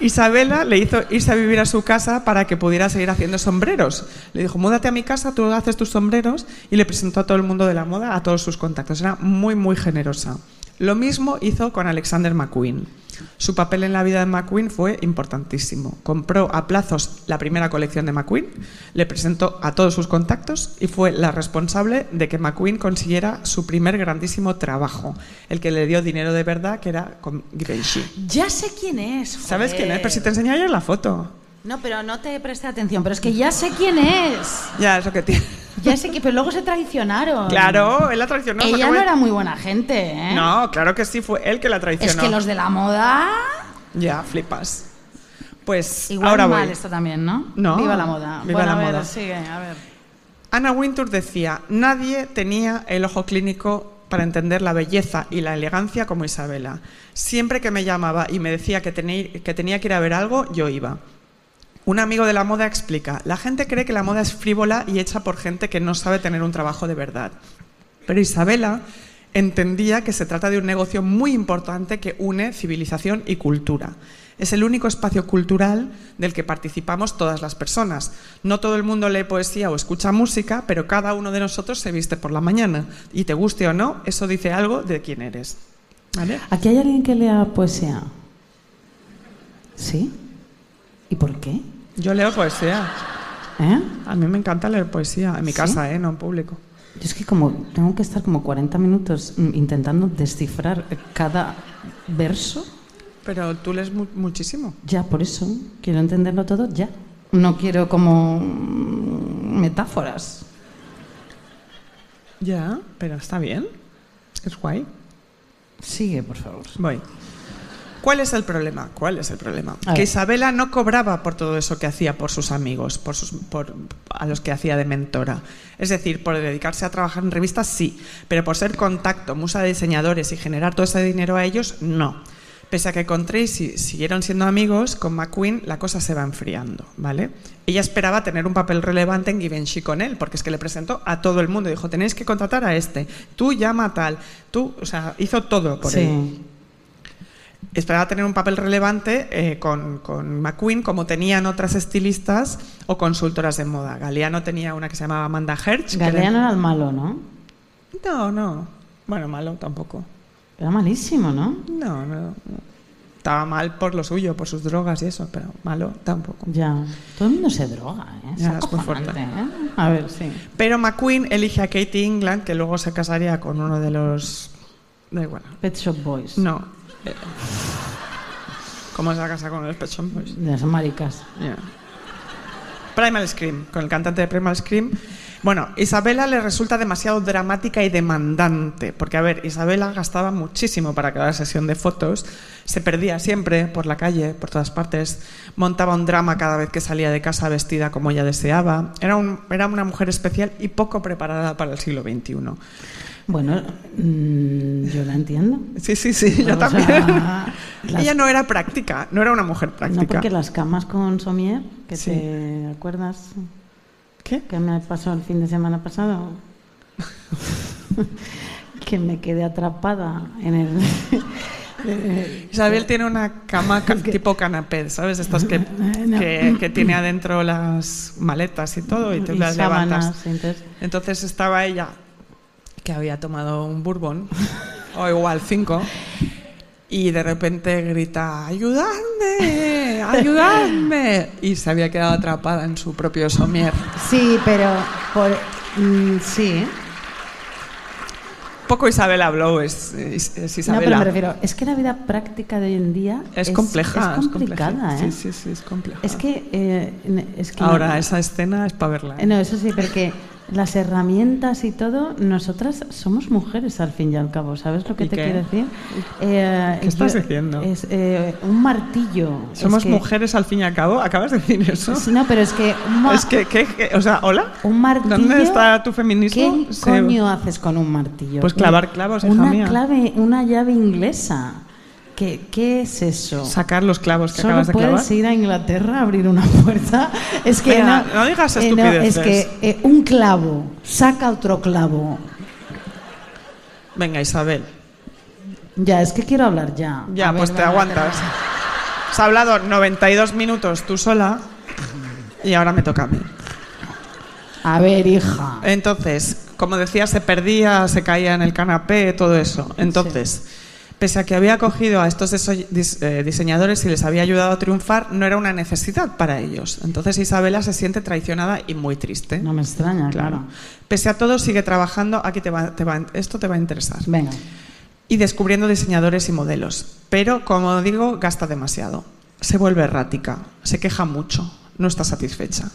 A: Isabela le hizo irse a vivir a su casa para que pudiera seguir haciendo sombreros. Le dijo, múdate a mi casa, tú haces tus sombreros y le presentó a todo el mundo de la moda, a todos sus contactos. Era muy, muy generosa. Lo mismo hizo con Alexander McQueen. Su papel en la vida de McQueen fue importantísimo. Compró a plazos la primera colección de McQueen, le presentó a todos sus contactos y fue la responsable de que McQueen consiguiera su primer grandísimo trabajo, el que le dio dinero de verdad, que era con Givenchy.
D: Ya sé quién es.
A: ¿Sabes quién es?
D: joder.
A: Pero si te enseñé ayer la foto.
D: No, pero no te presté atención, pero es que ya sé quién es.
A: Ya, es lo que tiene.
D: Ya sé que, pero luego se traicionaron.
A: Claro, él la traicionó.
D: Ah. Ella
A: acabo
D: no
A: de-
D: era muy buena gente, ¿eh?
A: No, claro que sí, fue él que la traicionó.
D: Es que los de la moda.
A: Ya, flipas. Pues
D: Igual
A: ahora
D: mal
A: voy.
D: esto también, ¿no?
A: No.
D: Viva la moda.
A: Viva
D: Bueno,
A: la
D: a ver,
A: moda.
D: sigue, a ver.
A: Anna Wintour decía, nadie tenía el ojo clínico para entender la belleza y la elegancia como Isabela. Siempre que me llamaba y me decía que, tení- que tenía que ir a ver algo, yo iba. Un amigo de la moda explica, la gente cree que la moda es frívola y hecha por gente que no sabe tener un trabajo de verdad. Pero Isabela entendía que se trata de un negocio muy importante que une civilización y cultura. Es el único espacio cultural del que participamos todas las personas. No todo el mundo lee poesía o escucha música, pero cada uno de nosotros se viste por la mañana. Y te guste o no, eso dice algo de quién eres. ¿Vale?
B: Aquí hay alguien que lea poesía. ¿Sí? ¿Y por qué?
A: Yo leo poesía.
B: ¿Eh?
A: A mí me encanta leer poesía. En mi
B: ¿Sí?
A: casa, ¿eh? no en público.
B: Yo es que como tengo que estar como 40 minutos mm, intentando descifrar cada verso,
A: Pero tú lees mu- muchísimo.
B: ya por eso quiero entenderlo todo ya. No quiero como mm, metáforas.
A: Ya, pero está bien. Es guay.
B: Sigue, por favor.
A: Voy. ¿Cuál es el problema? ¿Cuál es el problema?
B: A
A: que
B: ver.
A: Isabela no cobraba por todo eso que hacía por sus amigos, por sus, por, a los que hacía de mentora. Es decir, por dedicarse a trabajar en revistas sí, pero por ser contacto, musa de diseñadores y generar todo ese dinero a ellos, no. Pese a que con Tracy siguieron siendo amigos, con McQueen la cosa se va enfriando, ¿vale? Ella esperaba tener un papel relevante en Givenchy con él, porque es que le presentó a todo el mundo. Dijo, tenéis que contratar a este, tú llama a tal, tú, o sea, hizo todo por
B: sí.
A: él esperaba tener un papel relevante eh, con, con McQueen, como tenían otras estilistas o consultoras de moda. Galeano tenía una que se llamaba Amanda Hertz. que era-
B: Galeano era el malo, ¿no?
A: No, no. Bueno, malo tampoco.
B: Era malísimo, ¿no?
A: No, no. no. Estaba mal por lo suyo, por sus drogas y eso, pero malo tampoco.
D: Ya. Todo el mundo se droga, ¿eh? Es
A: Ya, es muy
D: acojonante,
A: fuerte.
D: ¿eh? A ver, sí.
A: Pero McQueen elige a Katie England, que luego se casaría con uno de los. Da igual.
D: Pet Shop Boys.
A: No. Eh, ¿Cómo se va a casar con los Pet Shop Boys?
D: De las maricas.
A: Ya. Primal Scream, con el cantante de Primal Scream. Bueno, Isabela le resulta demasiado dramática y demandante, porque a ver, Isabela gastaba muchísimo para cada sesión de fotos, se perdía siempre por la calle, por todas partes, montaba un drama cada vez que salía de casa vestida como ella deseaba, era, un- era una mujer especial y poco preparada para el siglo XXI.
D: Bueno, mm, yo la entiendo.
A: Sí, sí, sí, yo
D: O sea,
A: también.
D: las-
A: Ella no era práctica, no era una mujer práctica.
D: No, porque las camas con Somier, que
A: Sí.
D: te acuerdas
A: ¿Qué?
D: que me pasó el fin de semana pasado, que me quedé atrapada en el...
A: Isabel tiene una cama ca- tipo canapé, ¿sabes? Estas que,
D: No.
A: que, que tiene adentro las maletas y todo y tú
D: y
A: las levantas.
D: sábanas, entonces,
A: Entonces estaba ella, que había tomado un bourbon, o igual cinco, y de repente grita, ¡ayudadme! ¡ayudadme! Y se había quedado atrapada en su propio somier.
F: Sí, pero por, mm,
A: ¿eh?
F: sí.
A: Poco Isabel habló, es, es- es
D: No,
A: Isabela.
D: pero me refiero, es que la vida práctica de hoy en día
A: es, compleja,
D: es
A: es compleja.
D: complicada, ¿eh?
A: Sí, sí, sí, es compleja.
D: Es que... eh, n- es que
A: Ahora, esa escena es para verla. ¿eh?
D: Eh, No, eso sí, porque las herramientas y todo, nosotras somos mujeres al fin y al cabo, ¿sabes lo que
A: ¿Y
D: te
A: qué?
D: quiero decir? Eh,
A: ¿Qué estás diciendo?
D: Es, eh, un martillo. es
A: Somos
D: que-
A: mujeres al fin y al cabo, acabas de decir eso.
D: Sí, No, pero es que un, ma-
A: Es que, ¿qué? ¿Qué? o sea, hola.
D: un martillo.
A: ¿Dónde está tu feminismo?
D: ¿Qué
A: Se-
D: coño haces con un martillo?
A: Pues clavar clavos, hija
D: una
A: mía.
D: clave, una llave inglesa. ¿Qué, qué es eso?
A: Sacar los clavos que
D: Solo
A: acabas de
D: puedes
A: clavar.
D: ir a Inglaterra a abrir una puerta. Es que
A: Venga,
D: no,
A: no digas
D: eh, no, es
A: estupideces.
D: que eh, un clavo saca otro clavo.
A: Venga, Isabel.
D: Ya, es que quiero hablar ya.
A: Ya,
D: A ver,
A: pues te
D: venga,
A: aguantas. Has hablado 92 minutos tú sola y ahora me toca a mí.
D: A ver, hija.
A: Eh, Entonces, como decía, se perdía, se caía en el canapé, todo eso. Entonces, pese a que había acogido a estos deso- dis- eh, diseñadores y les había ayudado a triunfar, no era una necesidad para ellos. Entonces Isabela se siente traicionada y muy triste.
D: No me extraña, claro.
A: Claro. Pese a todo, sigue trabajando. Aquí te va- te va- esto te va a interesar.
D: Venga.
A: Y descubriendo diseñadores y modelos. Pero, como digo, gasta demasiado. Se vuelve errática. Se queja mucho. No está satisfecha.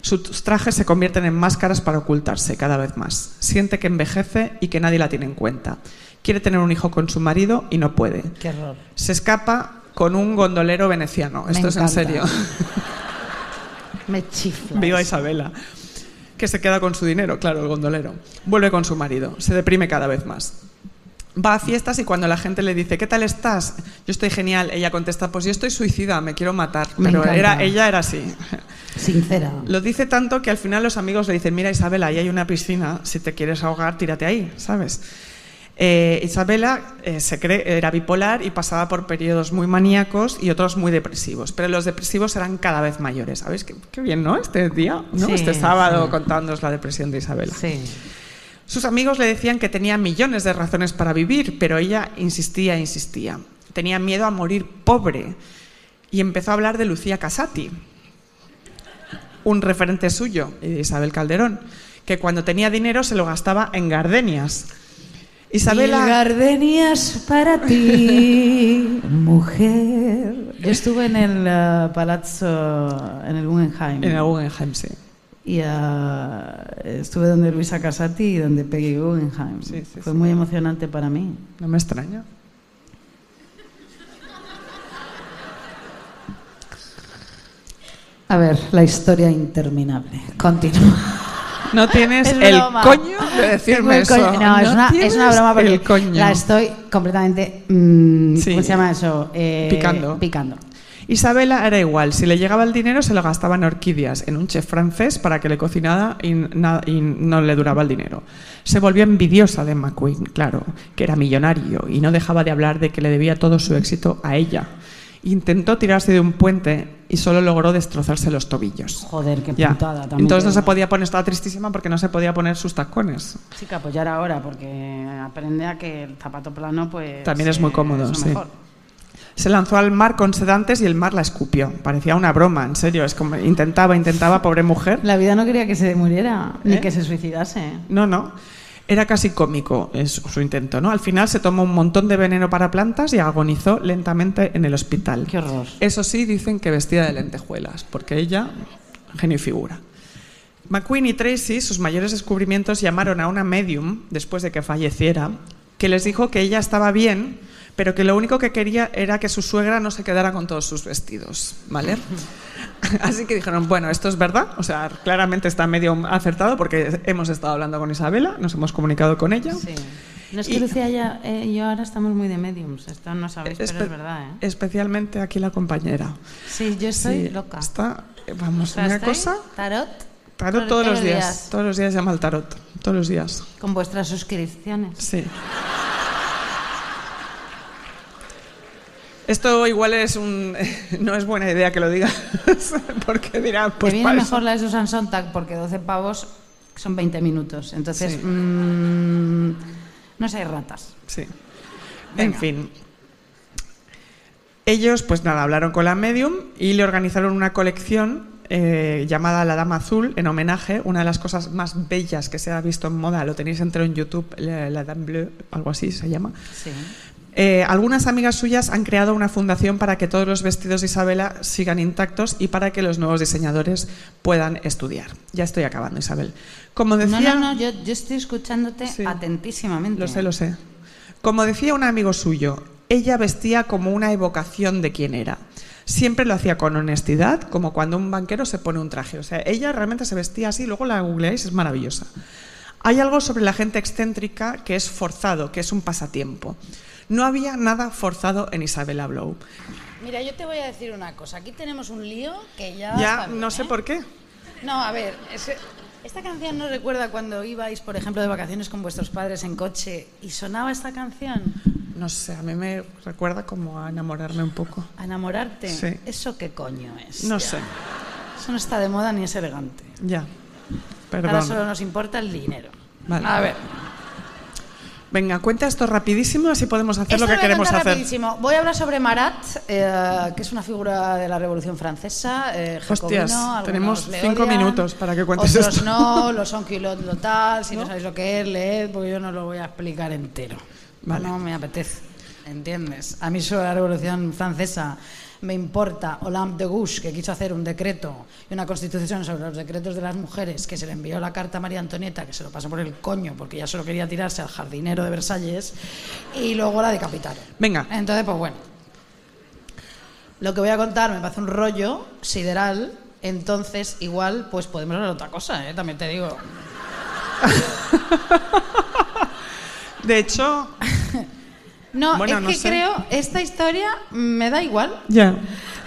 A: Sus trajes se convierten en máscaras para ocultarse cada vez más. Siente que envejece y que nadie la tiene en cuenta. Quiere tener un hijo con su marido y no puede.
D: Qué error.
A: Se escapa con un gondolero veneciano.
D: Me
A: Esto es en
D: encanta.
A: serio.
D: Me chifla.
A: Viva Isabela. Que se queda con su dinero, claro, el gondolero. Vuelve con su marido, se deprime cada vez más. Va a fiestas y cuando la gente le dice, ¿qué tal estás? Yo estoy genial. Ella contesta, pues yo estoy suicida, me quiero matar.
D: Me
A: Pero
D: encanta.
A: era, ella era así.
D: Sincera.
A: Lo dice tanto que al final los amigos le dicen, mira Isabela, ahí hay una piscina, si te quieres ahogar, tírate ahí, ¿sabes? Eh, Isabela eh, se cree, era bipolar y pasaba por periodos muy maníacos y otros muy depresivos, pero los depresivos eran cada vez mayores, ¿sabes? Qué, qué bien, ¿no? Este día, ¿no?
D: Sí,
A: este sábado
D: sí.
A: contándonos la depresión de Isabela.
D: Sí.
A: Sus amigos le decían que tenía millones de razones para vivir, pero ella insistía e insistía. Tenía miedo a morir pobre y empezó a hablar de Lucía Casati, un referente suyo, y de Isabel Calderón, que cuando tenía dinero se lo gastaba en gardenias.
D: Mil
A: Isabela,
D: gardenias para ti, mujer. Yo estuve en el eh, palazzo, en el Guggenheim.
A: en el Guggenheim, sí.
D: Y ah, estuve donde Luisa Casati y donde Peggy Guggenheim.
A: Sí, sí,
D: Fue
A: sí.
D: muy emocionante para mí.
A: No me extraña.
D: A ver, la historia interminable. Continúa.
A: No tienes
D: Es
A: el
D: broma.
A: coño de decirme
D: Tengo el
A: eso.
D: coño- No, es, una, es una
A: tienes
D: broma porque
A: el coño.
D: la estoy completamente. mm,
A: Sí.
D: ¿Cómo se llama eso? Eh,
A: Picando.
D: Picando.
A: Isabela era igual, si le llegaba el dinero se lo gastaba en orquídeas, en un chef francés para que le cocinara y, na- y no le duraba el dinero. Se volvió envidiosa de McQueen, claro, que era millonario y no dejaba de hablar de que le debía todo su éxito a ella. Intentó tirarse de un puente y solo logró destrozarse los tobillos.
D: Joder, qué
A: Ya.
D: putada también. ¿eh?
A: Entonces no
D: te
A: se
D: digo.
A: podía poner, estaba tristísima porque no se podía poner sus tacones.
D: Chica, apoyar ahora porque aprende a que el zapato plano, pues.
A: También es muy
D: eh,
A: cómodo,
D: es lo
A: sí.
D: mejor.
A: Se lanzó al mar con sedantes y el mar la escupió. Parecía una broma, en serio. Es como intentaba, intentaba, pobre mujer.
G: La vida no quería que se muriera,
A: ¿Eh?
G: ni que se suicidase.
A: No, no. Era casi cómico eh, su, su intento, ¿no? Al final se tomó un montón de veneno para plantas y agonizó lentamente en el hospital.
G: Qué horror.
A: Eso sí, dicen que vestida de lentejuelas, porque ella, genio y figura. McQueen y Tracy, sus mayores descubrimientos, llamaron a una medium después de que falleciera, que les dijo que ella estaba bien, pero que lo único que quería era que su suegra no se quedara con todos sus vestidos, ¿vale? Así que dijeron, bueno, esto es verdad, o sea, claramente está medio acertado porque hemos estado hablando con Isabela, nos hemos comunicado con ella.
G: Sí. No es que
A: Y-
G: Lucía ya, eh, yo ahora estamos muy de mediums, esto no sabéis, pero
A: Espe-
G: es verdad, ¿eh?
A: Especialmente aquí la compañera.
G: Sí, yo estoy
A: Sí,
G: loca.
A: Está, eh, vamos,
G: O sea,
A: una
G: estoy
A: cosa...
G: Tarot
A: Tarot
G: Todo- todos
A: todos los
G: los
A: días.
G: días.
A: Todos los días llama al tarot. Todos los días.
G: con vuestras suscripciones.
A: Sí. Esto igual es un. No es buena idea que lo digas. Porque dirán, pues.
B: Te viene
A: para
B: mejor la de Susan Sontag porque 12 pavos son 20 minutos. Entonces,
A: Sí.
B: mm, no sé, hay ratas.
A: Sí. En fin. Ellos, pues nada, hablaron con la medium y le organizaron una colección eh, llamada La Dama Azul en homenaje, una de las cosas más bellas que se ha visto en moda, lo tenéis entero en YouTube, La, la Dame Bleu, algo así se llama. Eh, algunas amigas suyas han creado una fundación para que todos los vestidos de Isabela sigan intactos y para que los nuevos diseñadores puedan estudiar. Ya estoy acabando, Isabel. Como
B: No,
A: decía,
B: no, no, yo, yo estoy escuchándote
A: Sí.
B: atentísimamente.
A: lo sé, lo sé. Como decía un amigo suyo, ella vestía como una evocación de quién era. Siempre lo hacía con honestidad, como cuando un banquero se pone un traje. O sea, ella realmente se vestía así, luego la googleáis, es maravillosa. Hay algo sobre la gente excéntrica que es forzado, que es un pasatiempo. No había nada forzado en Isabella Blow.
D: Mira, yo te voy a decir una cosa. Aquí tenemos un lío que ya.
A: Ya,
D: está bien,
A: no sé
D: ¿eh?
A: por qué.
D: No, a ver, es que esta canción no recuerda cuando ibais, por ejemplo, de vacaciones con vuestros padres en coche y sonaba esta canción.
A: No sé, a mí me recuerda como a enamorarme un poco.
D: A enamorarte.
A: Sí.
D: ¿Eso qué coño es?
A: No sé,
D: Eso no está de moda ni es elegante.
A: ya.
D: Ahora solo
A: Perdón.
D: nos importa el dinero.
A: Vale.
D: A ver,
A: Venga, cuenta esto rapidísimo, así podemos hacer lo
D: esto
A: que
D: lo voy a
A: queremos
D: contar
A: hacer.
D: rapidísimo. Voy a hablar sobre Marat, eh, que es una figura de la Revolución Francesa. Eh, jacobino,
A: Hostias,
D: algunos
A: tenemos
D: le
A: cinco
D: odian,
A: minutos para que cuentes
D: otros
A: esto.
D: no, los son quilot, lo tal. Si ¿No? sabéis lo que es, leed, porque yo no lo voy a explicar entero.
A: Vale.
D: No me apetece, ¿entiendes? A mí sobre la Revolución Francesa me importa Olympe de Gouges, que quiso hacer un decreto y una constitución sobre los decretos de las mujeres, que se le envió la carta a María Antonieta, que se lo pasó por el coño porque ya solo quería tirarse al jardinero de Versalles, y luego la decapitaron.
A: Venga,
D: Entonces, pues bueno. Lo que voy a contar me parece un rollo sideral, entonces igual pues podemos hablar de otra cosa, ¿eh? también te digo.
A: de hecho,
B: No,
A: Bueno,
B: es
A: no
B: que
A: sé.
B: creo, esta historia me da igual,
A: ya.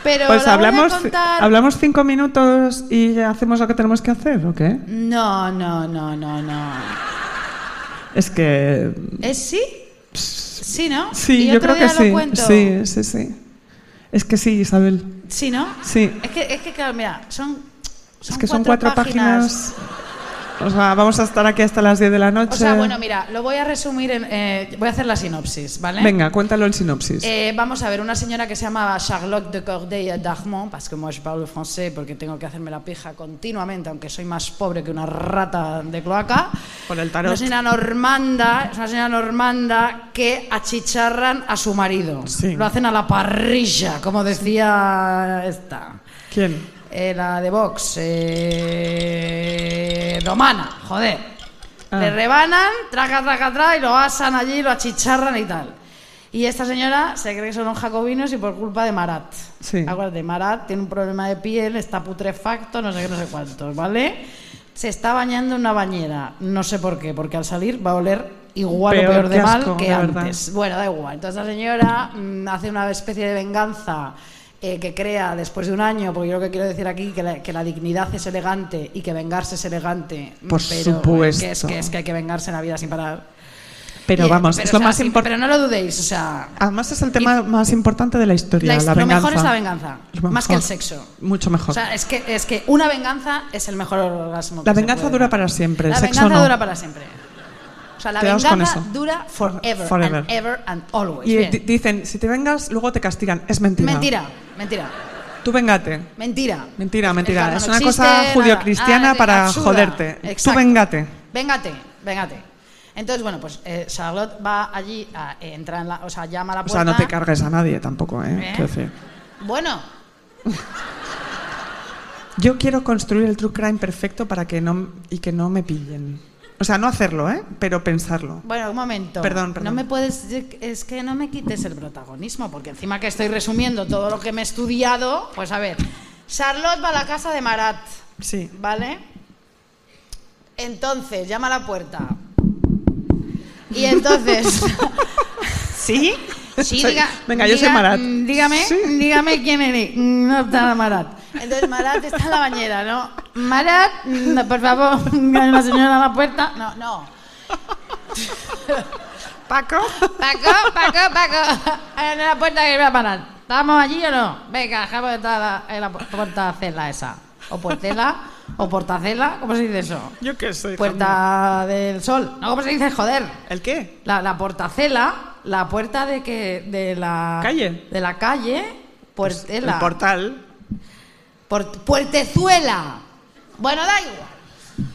B: pero
A: Pues
B: la voy a
A: hablamos,
B: contar-
A: hablamos cinco minutos y hacemos lo que tenemos que hacer, ¿o qué?
B: No, no, no, no, no.
A: Es que.
B: ¿Es sí? Sí, ¿no?
A: Sí,
B: Y
A: yo creo
B: otro
A: que
B: día
A: sí.
B: Lo cuento.
A: Sí, sí, sí. Es que sí, Isabel.
B: Sí, ¿no?
A: Sí.
B: Es que, es que claro, mira, son, son
A: es que son cuatro páginas. O sea, vamos a estar aquí hasta las 10 de la noche.
B: O sea, bueno, mira, lo voy a resumir en... eh, voy a hacer la sinopsis, ¿vale?
A: Venga, cuéntalo el sinopsis.
B: Eh, vamos a ver, una señora que se llama Charlotte de Corday d'Armont, parce que moi je parle français porque tengo que hacerme la pija continuamente, aunque soy más pobre que una rata de cloaca.
A: Por el
B: Una
A: tarot.
B: señora normanda, es una señora normanda que achicharran a su marido.
A: Sí.
B: Lo hacen a la parrilla, como decía esta.
A: ¿Quién?
B: Eh, la de Vox, eh, Romana, joder.
A: Ah.
B: Le rebanan, traca, traca, traca, y lo asan allí, lo achicharran y tal. Y esta señora se cree que son unos jacobinos y por culpa de Marat.
A: Sí.
B: Acuérdate, Marat tiene un problema de piel, está putrefacto, no sé qué, no sé cuántos, ¿vale? Se está bañando en una bañera, no sé por qué, porque al salir va a oler igual
A: Peor,
B: o peor de
A: qué
B: mal
A: asco,
B: que
A: de
B: antes.
A: verdad.
B: Bueno, da igual. Entonces la señora mm, hace una especie de venganza eh, que crea después de un año, porque yo lo que quiero decir aquí que la, que la dignidad es elegante y que vengarse es elegante.
A: Por
B: pero,
A: supuesto.
B: Que es, que es que hay que vengarse en la vida sin parar.
A: Pero
B: Y,
A: vamos,
B: pero,
A: es
B: o
A: lo
B: sea,
A: más
B: sí,
A: importante.
B: Pero no lo dudéis, o sea,
A: Además es el tema más importante de la historia,
B: la-
A: la,
B: lo
A: venganza.
B: mejor es la venganza,
A: Lo
B: más que el
A: mejor.
B: sexo.
A: Mucho mejor.
B: O sea, es que, es que una venganza es el mejor orgasmo. que
A: la
B: se
A: venganza
B: puede
A: dura
B: dar.
A: para siempre, el
B: La
A: sexo
B: venganza
A: no.
B: dura para siempre.
D: O sea, la
A: Quedaos con
D: venganza
A: eso.
D: dura
A: For-
D: forever,
A: forever.
D: and ever and always.
A: Y
D: Bien.
A: di- dicen, si te vengas, luego te castigan. Es mentira.
D: Mentira, mentira,
A: Tú vengate.
D: mentira.
A: Mentira, mentira.
D: Exacto,
A: es
D: no
A: una
D: existe
A: cosa
D: nada.
A: judio-cristiana
D: Ah,
A: para
D: absurda.
A: joderte. Tú
D: Exacto.
A: vengate.
D: Véngate, véngate. Entonces, bueno, pues eh, Charlotte va allí, a, eh, entra en la, o sea, llama a la
A: O sea,
D: puerta.
A: no te cargues a nadie tampoco, ¿eh?
D: ¿Eh?
A: Quiero decir.
D: Bueno,
A: Yo quiero construir el true crime perfecto para que no y que no me pillen. O sea, no hacerlo, ¿eh? Pero pensarlo.
D: bueno, un momento.
A: Perdón, perdón.
D: No me puedes, es que no me quites el protagonismo, porque encima que estoy resumiendo todo lo que me he estudiado, pues a ver, Charlotte va a la casa de Marat,
A: Sí.
D: ¿vale? Entonces, llama a la puerta. Y entonces...
A: ¿Sí?
D: Sí, diga-
A: Venga, yo soy
D: diga-
A: Marat.
D: mm, Dígame,
A: Sí.
D: dígame quién eres. Mm, No está la Marat. Entonces Marat está en la bañera, ¿no? Marat, mm, no, por favor, hay una señora a la puerta. No, no.
A: Paco.
D: Paco, Paco, Paco. En la puerta que voy a parar. ¿Estamos allí o no? Venga, dejamos de estar en la pu- puertacela esa. O puertela, o portacela, ¿cómo se dice eso?
A: ¿Yo qué soy?
D: Puerta del sol. No, ¿cómo se dice? Joder.
A: ¿El qué?
D: La, la portacela, la puerta de que de la
A: Calle. Pues,
D: de la calle, puertela,
A: El portal.
D: Por- puertezuela. Bueno, da igual.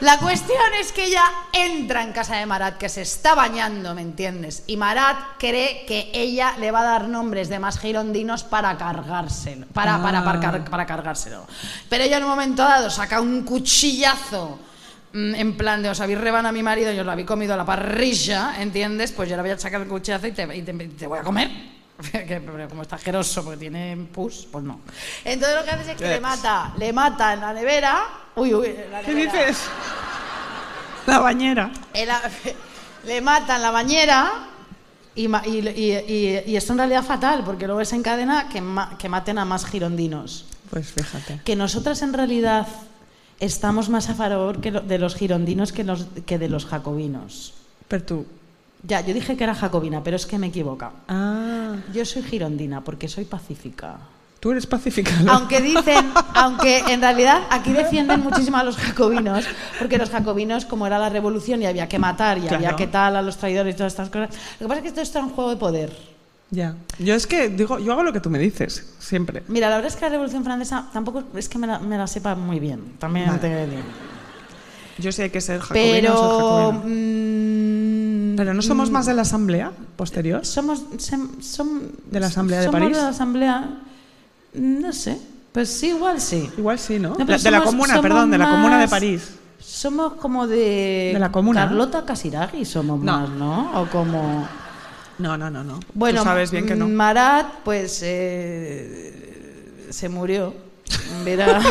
D: La cuestión es que ella entra en casa de Marat, que se está bañando, ¿me entiendes? Y Marat cree que ella le va a dar nombres de más girondinos para cargárselo, para, para,
A: Ah.
D: para, car- para cargárselo. Pero ella en un momento dado saca un cuchillazo mm, en plan de os habéis rebanado a mi marido y os lo habéis comido a la parrilla, ¿entiendes? Pues yo le voy a sacar el cuchillazo y te, y te- te voy a comer. Que, pero como está asqueroso porque tiene pus, pues no. Entonces lo que haces es que le mata, le mata en la nevera. Uy, uy, en la nevera.
A: Eh. ¿Qué dices? La bañera.
D: En la- le matan la bañera y, ma- y- y- y- y esto en realidad fatal, porque luego desencadena que, ma- que maten a más girondinos.
A: Pues fíjate.
D: Que nosotras en realidad estamos más a favor que lo- de los girondinos que, los- que de los jacobinos.
A: Pero tú.
D: Ya, yo dije que era jacobina, pero es que me equivoca.
A: Ah.
D: Yo soy girondina porque soy pacífica.
A: Tú eres pacífica.
D: Aunque dicen, aunque en realidad aquí defienden muchísimo a los jacobinos, porque los jacobinos, como era la revolución y había que matar y había
A: Claro.
D: que tal a los traidores y todas estas cosas, lo que pasa es que esto está en juego de poder.
A: Ya. Yo es que digo, yo hago lo que tú me dices, siempre.
D: Mira, la verdad es que la revolución francesa tampoco es que me la, me la sepa muy bien, también
A: Vale.
D: te digo.
A: Yo sé que ser jacobino o ser
D: Pero.
A: jacobino.
D: mm,
A: Pero no somos más de la asamblea posterior.
D: Somos. sem- som-
A: ¿De la Asamblea de
D: somos
A: París?
D: de la Asamblea. No sé. Pues sí, igual sí.
A: Igual sí, ¿no?
D: No, pero
A: La- de la
D: somos-
A: comuna,
D: somos
A: perdón, de la comuna de
D: más-
A: París.
D: Somos como de.
A: De la comuna.
D: Carlota Casiraghi somos
A: No.
D: más, ¿no? O como.
A: No, no, no, no.
D: Bueno, mm,
A: tú sabes bien que no.
D: Marat, pues. eh, se murió. Verá.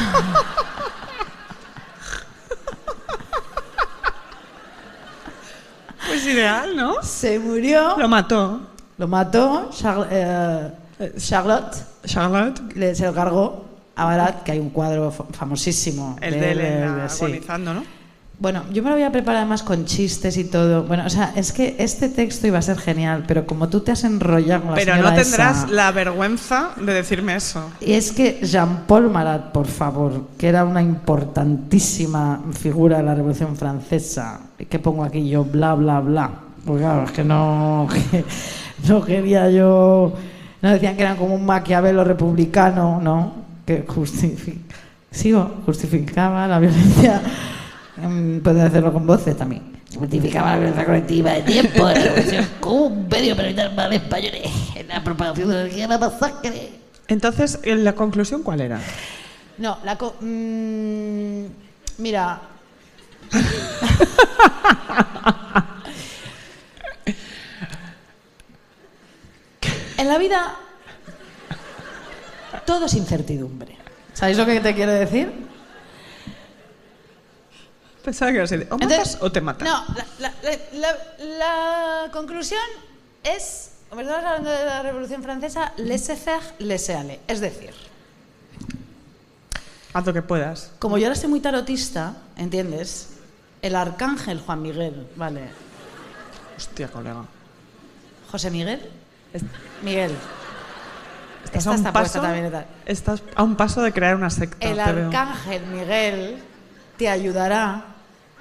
A: Pues ideal, ¿no?
D: se murió.
A: Lo mató.
D: Lo mató Char- eh, Charlotte,
A: Charlotte,
D: le, se lo cargó a Barat, que hay un cuadro fa- famosísimo.
A: el
D: de
A: de
D: él,
A: Elena
D: de- de- sí.
A: agonizando, ¿no?
D: Bueno, yo me lo había preparado además con chistes y todo. Bueno, o sea, es que este texto iba a ser genial, pero como tú te has enrollado con la
A: Pero no
D: señora
A: tendrás
D: esa-
A: la vergüenza de decirme eso.
D: Y es que Jean-Paul Marat, por favor, que era una importantísima figura de la Revolución Francesa, que pongo aquí yo, bla, bla, bla. Porque claro, es que no, que no quería yo... No decían que eran como un maquiavelo republicano, ¿no? Que justifi- sigo, justificaba la violencia. Mm, Pueden hacerlo con voces también.
B: Justificaba la violencia colectiva de tiempo, la revolución como un medio para evitar males mayores en la propagación de la guerra masacre.
A: Entonces, ¿en ¿la conclusión cuál era?
D: No, la... co- mm, mira... en la vida todo es incertidumbre. ¿Sabéis lo que te quiero decir?
A: Pensaba que era así de, o matas
D: Entonces,
A: o te matas.
D: No, la, la- la- la- la conclusión es, como estamos hablando de la Revolución Francesa, laissez-faire, laissez-aller. Es decir,
A: Haz lo que puedas.
D: Como yo ahora soy muy tarotista, ¿entiendes? El arcángel Juan Miguel, vale.
A: Hostia, colega.
D: José Miguel.
A: Es-
D: Miguel.
A: Estás
D: Esta
A: a un
D: está puesta
A: paso.
D: también y tal.
A: Estás a un paso de crear una secta.
D: El
A: te veo.
D: arcángel Miguel te ayudará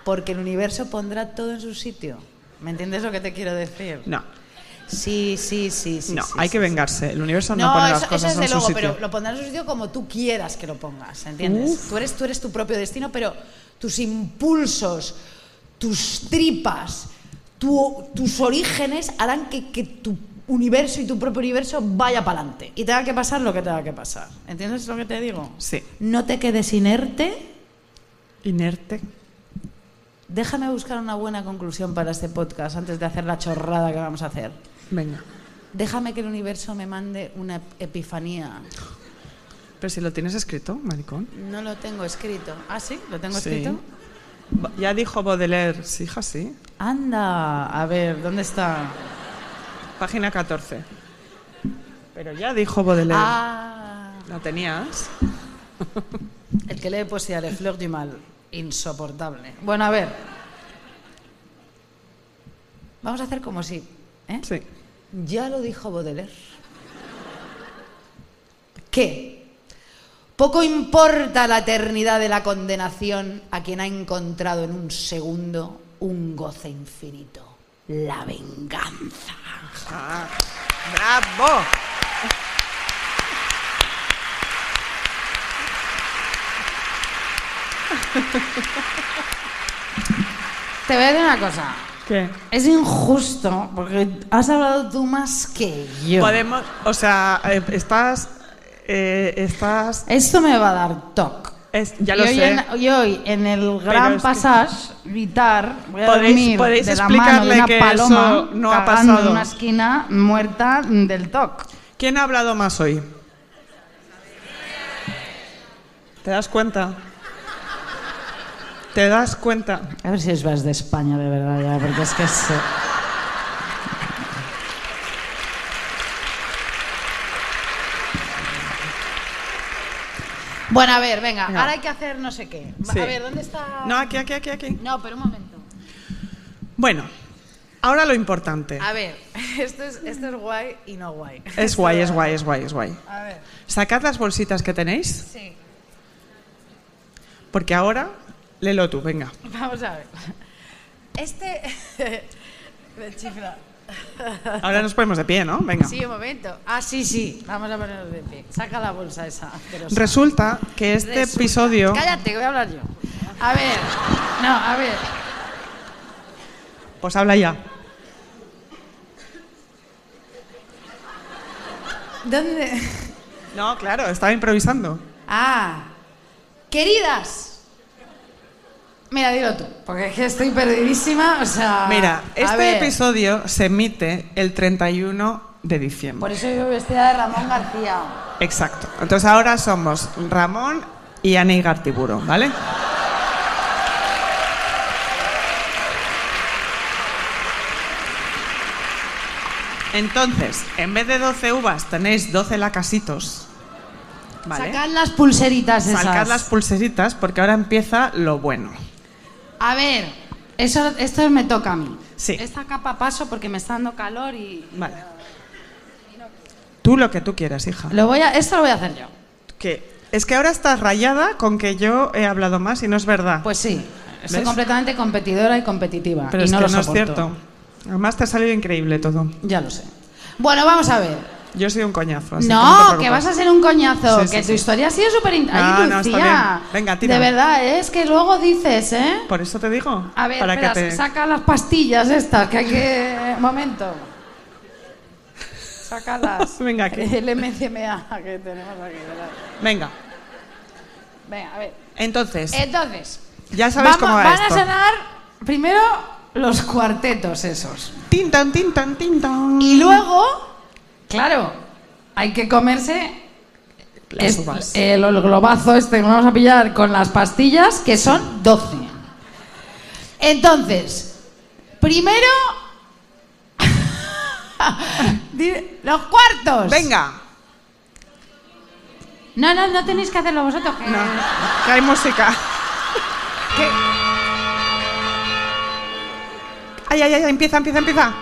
D: porque el universo pondrá todo en su sitio. ¿Me entiendes lo que te quiero decir?
A: No,
D: Sí, sí, sí, sí.
A: no,
D: sí,
A: hay
D: sí,
A: que
D: sí.
A: vengarse. El universo no,
D: No,
A: pone
D: eso,
A: las
D: eso
A: cosas
D: desde
A: en su
D: luego,
A: sitio.
D: pero lo pondrás en su sitio como tú quieras que lo pongas, ¿entiendes? Tú, eres, tú eres tu propio destino, pero tus impulsos, tus tripas, tu- tus orígenes harán que, que tu universo y tu propio universo vaya para adelante. Y tenga que pasar lo que tenga que pasar. ¿Entiendes lo que te digo?
A: Sí.
D: No te quedes inerte.
A: Inerte.
D: Déjame buscar una buena conclusión para este podcast antes de hacer la chorrada que vamos a hacer.
A: Venga.
D: Déjame que el universo me mande una epifanía.
A: Pero si lo tienes escrito, maricón.
D: No lo tengo escrito. ¿Ah, sí? ¿Lo tengo
A: Sí.
D: escrito?
A: Ba- Ya dijo Baudelaire, sí, hija, sí.
D: Anda, a ver, ¿dónde está?
A: Página 14. Pero ya dijo Baudelaire.
D: Ah,
A: ¿La tenías?
D: el que lee poesía de Fleur du Mal. Insoportable. Bueno, a ver. Vamos a hacer como si. ¿eh?
A: Sí.
D: Ya lo dijo Baudelaire. ¿Qué? Poco importa la eternidad de la condenación a quien ha encontrado en un segundo un goce infinito. La venganza.
A: Ah, ¡Bravo!
B: Te voy a decir una cosa.
A: ¿Qué?
B: Es injusto porque has hablado tú más que yo.
A: Podemos, o sea, eh, estás, eh, estás,
B: Esto me va a dar toc.
A: es- ya lo
B: y hoy
A: sé.
B: En, y hoy en el gran
A: es que-
B: passage gritar, voy a
A: ¿Podéis,
B: dormir
A: podéis
B: de la mano de
A: explicarle
B: una
A: que
B: paloma
A: eso no ha
B: cagando en
A: pasado?
B: una esquina muerta del toc.
A: ¿Quién ha hablado más hoy? ¿Te das cuenta? ¿Te das cuenta?
B: A ver si os vas de España de verdad ya, porque es que es...
D: Bueno, a ver, venga,
A: Venga.
D: ahora hay que hacer no sé qué. Va-
A: Sí.
D: A ver, ¿dónde está?
A: No, aquí, aquí, aquí, aquí.
D: No, pero un momento.
A: Bueno, ahora lo importante.
D: A ver, esto es, esto es guay y no guay.
A: Es guay, es guay, es guay, es guay.
D: A ver,
A: Sacad las bolsitas que tenéis,
D: sí.
A: porque ahora, léelo tú, venga.
D: Vamos a ver. Este. Me chifla.
A: Ahora nos ponemos de pie, ¿no? Venga.
D: Sí, un momento. Ah, sí, sí. Vamos a ponernos de pie. Saca la bolsa esa. asquerosa.
A: Resulta que este
D: Resulta-
A: episodio...
D: Cállate, que voy a hablar yo.
B: A ver, no, a ver.
A: Pues habla ya.
D: ¿Dónde?
A: No, claro, estaba improvisando.
D: Ah. Queridas.
B: Mira, dilo tú, porque es que estoy perdidísima, o sea...
A: Mira,
B: Ah, a
A: este
B: ver.
A: episodio se emite el 31 de diciembre.
B: Por eso yo vestida de Ramón García.
A: Exacto. Entonces ahora somos Ramón y Anne Gartiburu, ¿vale? Entonces, en vez de 12 uvas, tenéis 12 lacasitos. ¿Vale?
B: Sacad las pulseritas esas.
A: Sacad las pulseritas porque ahora empieza lo bueno.
B: A ver, eso, esto me toca a mí.
A: Sí.
B: Esta capa paso porque me está dando calor y...
A: Vale. Tú lo que tú quieras, hija.
B: Lo voy a, esto lo voy a hacer yo.
A: Que es que ahora estás rayada con que yo he hablado más y no es verdad.
B: Pues sí, soy
A: ¿Ves?
B: completamente competidora y competitiva.
A: Pero
B: Ah, y
A: es
B: no
A: que
B: lo
A: no es
B: soporto.
A: cierto. Además te ha salido increíble todo.
B: Ya lo sé. Bueno, vamos a ver.
A: Yo soy un coñazo. así
B: no,
A: te
B: que
A: preocupes.
B: vas a ser un coñazo,
A: Sí, sí,
B: que tu
A: sí.
B: historia ha sido súper... in-
A: No,
B: Ay,
A: no, está
B: Lucía,
A: bien. Venga, tira.
B: De verdad, ¿eh? es que luego dices, ¿eh?
A: Por eso te digo.
B: A ver,
A: para
B: espera,
A: que te...
B: saca las pastillas estas, que hay que... Momento. Sácalas.
A: Venga, aquí.
B: El MCMA que tenemos aquí. ¿verdad?
A: Venga.
B: Venga, a ver.
A: Entonces,
B: Entonces,
A: ya sabes
B: Eh, vamos-
A: cómo va
B: van
A: esto.
B: a sonar primero los cuartetos esos.
A: Tintan, tintan, tintan.
B: Y luego, claro, hay que comerse
A: Las
B: es-
A: uvas.
B: el, el globazo este que vamos a pillar con las pastillas, que son 12. Entonces, primero... di- los cuartos.
A: Venga.
B: No, no, no tenéis que hacerlo vosotros. que-
A: No, que hay música. Que- Ay, ay, ay, ay, empieza, empieza, empieza.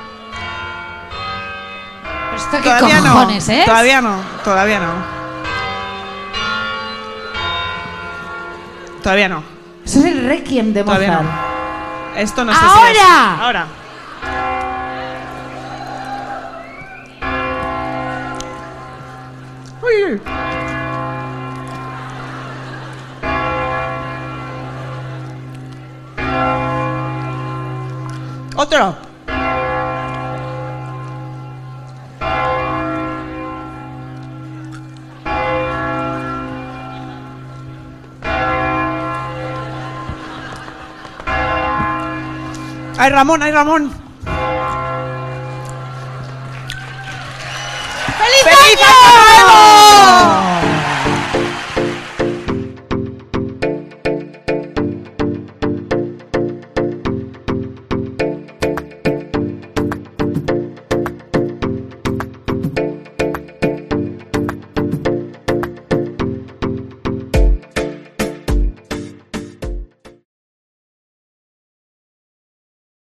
B: Pero esto qué
A: Todavía
B: cojones,
A: no.
B: ¿eh?
A: Todavía no, todavía no. Todavía no.
B: Eso es el requiem de
A: Todavía
B: Mozart.
A: no. Esto no sé si
D: ¡Ahora!
A: es- Ahora. Uy, uy. Otro. ¡Ay, Ramón! ¡Ay, Ramón! ¡Feliz, año!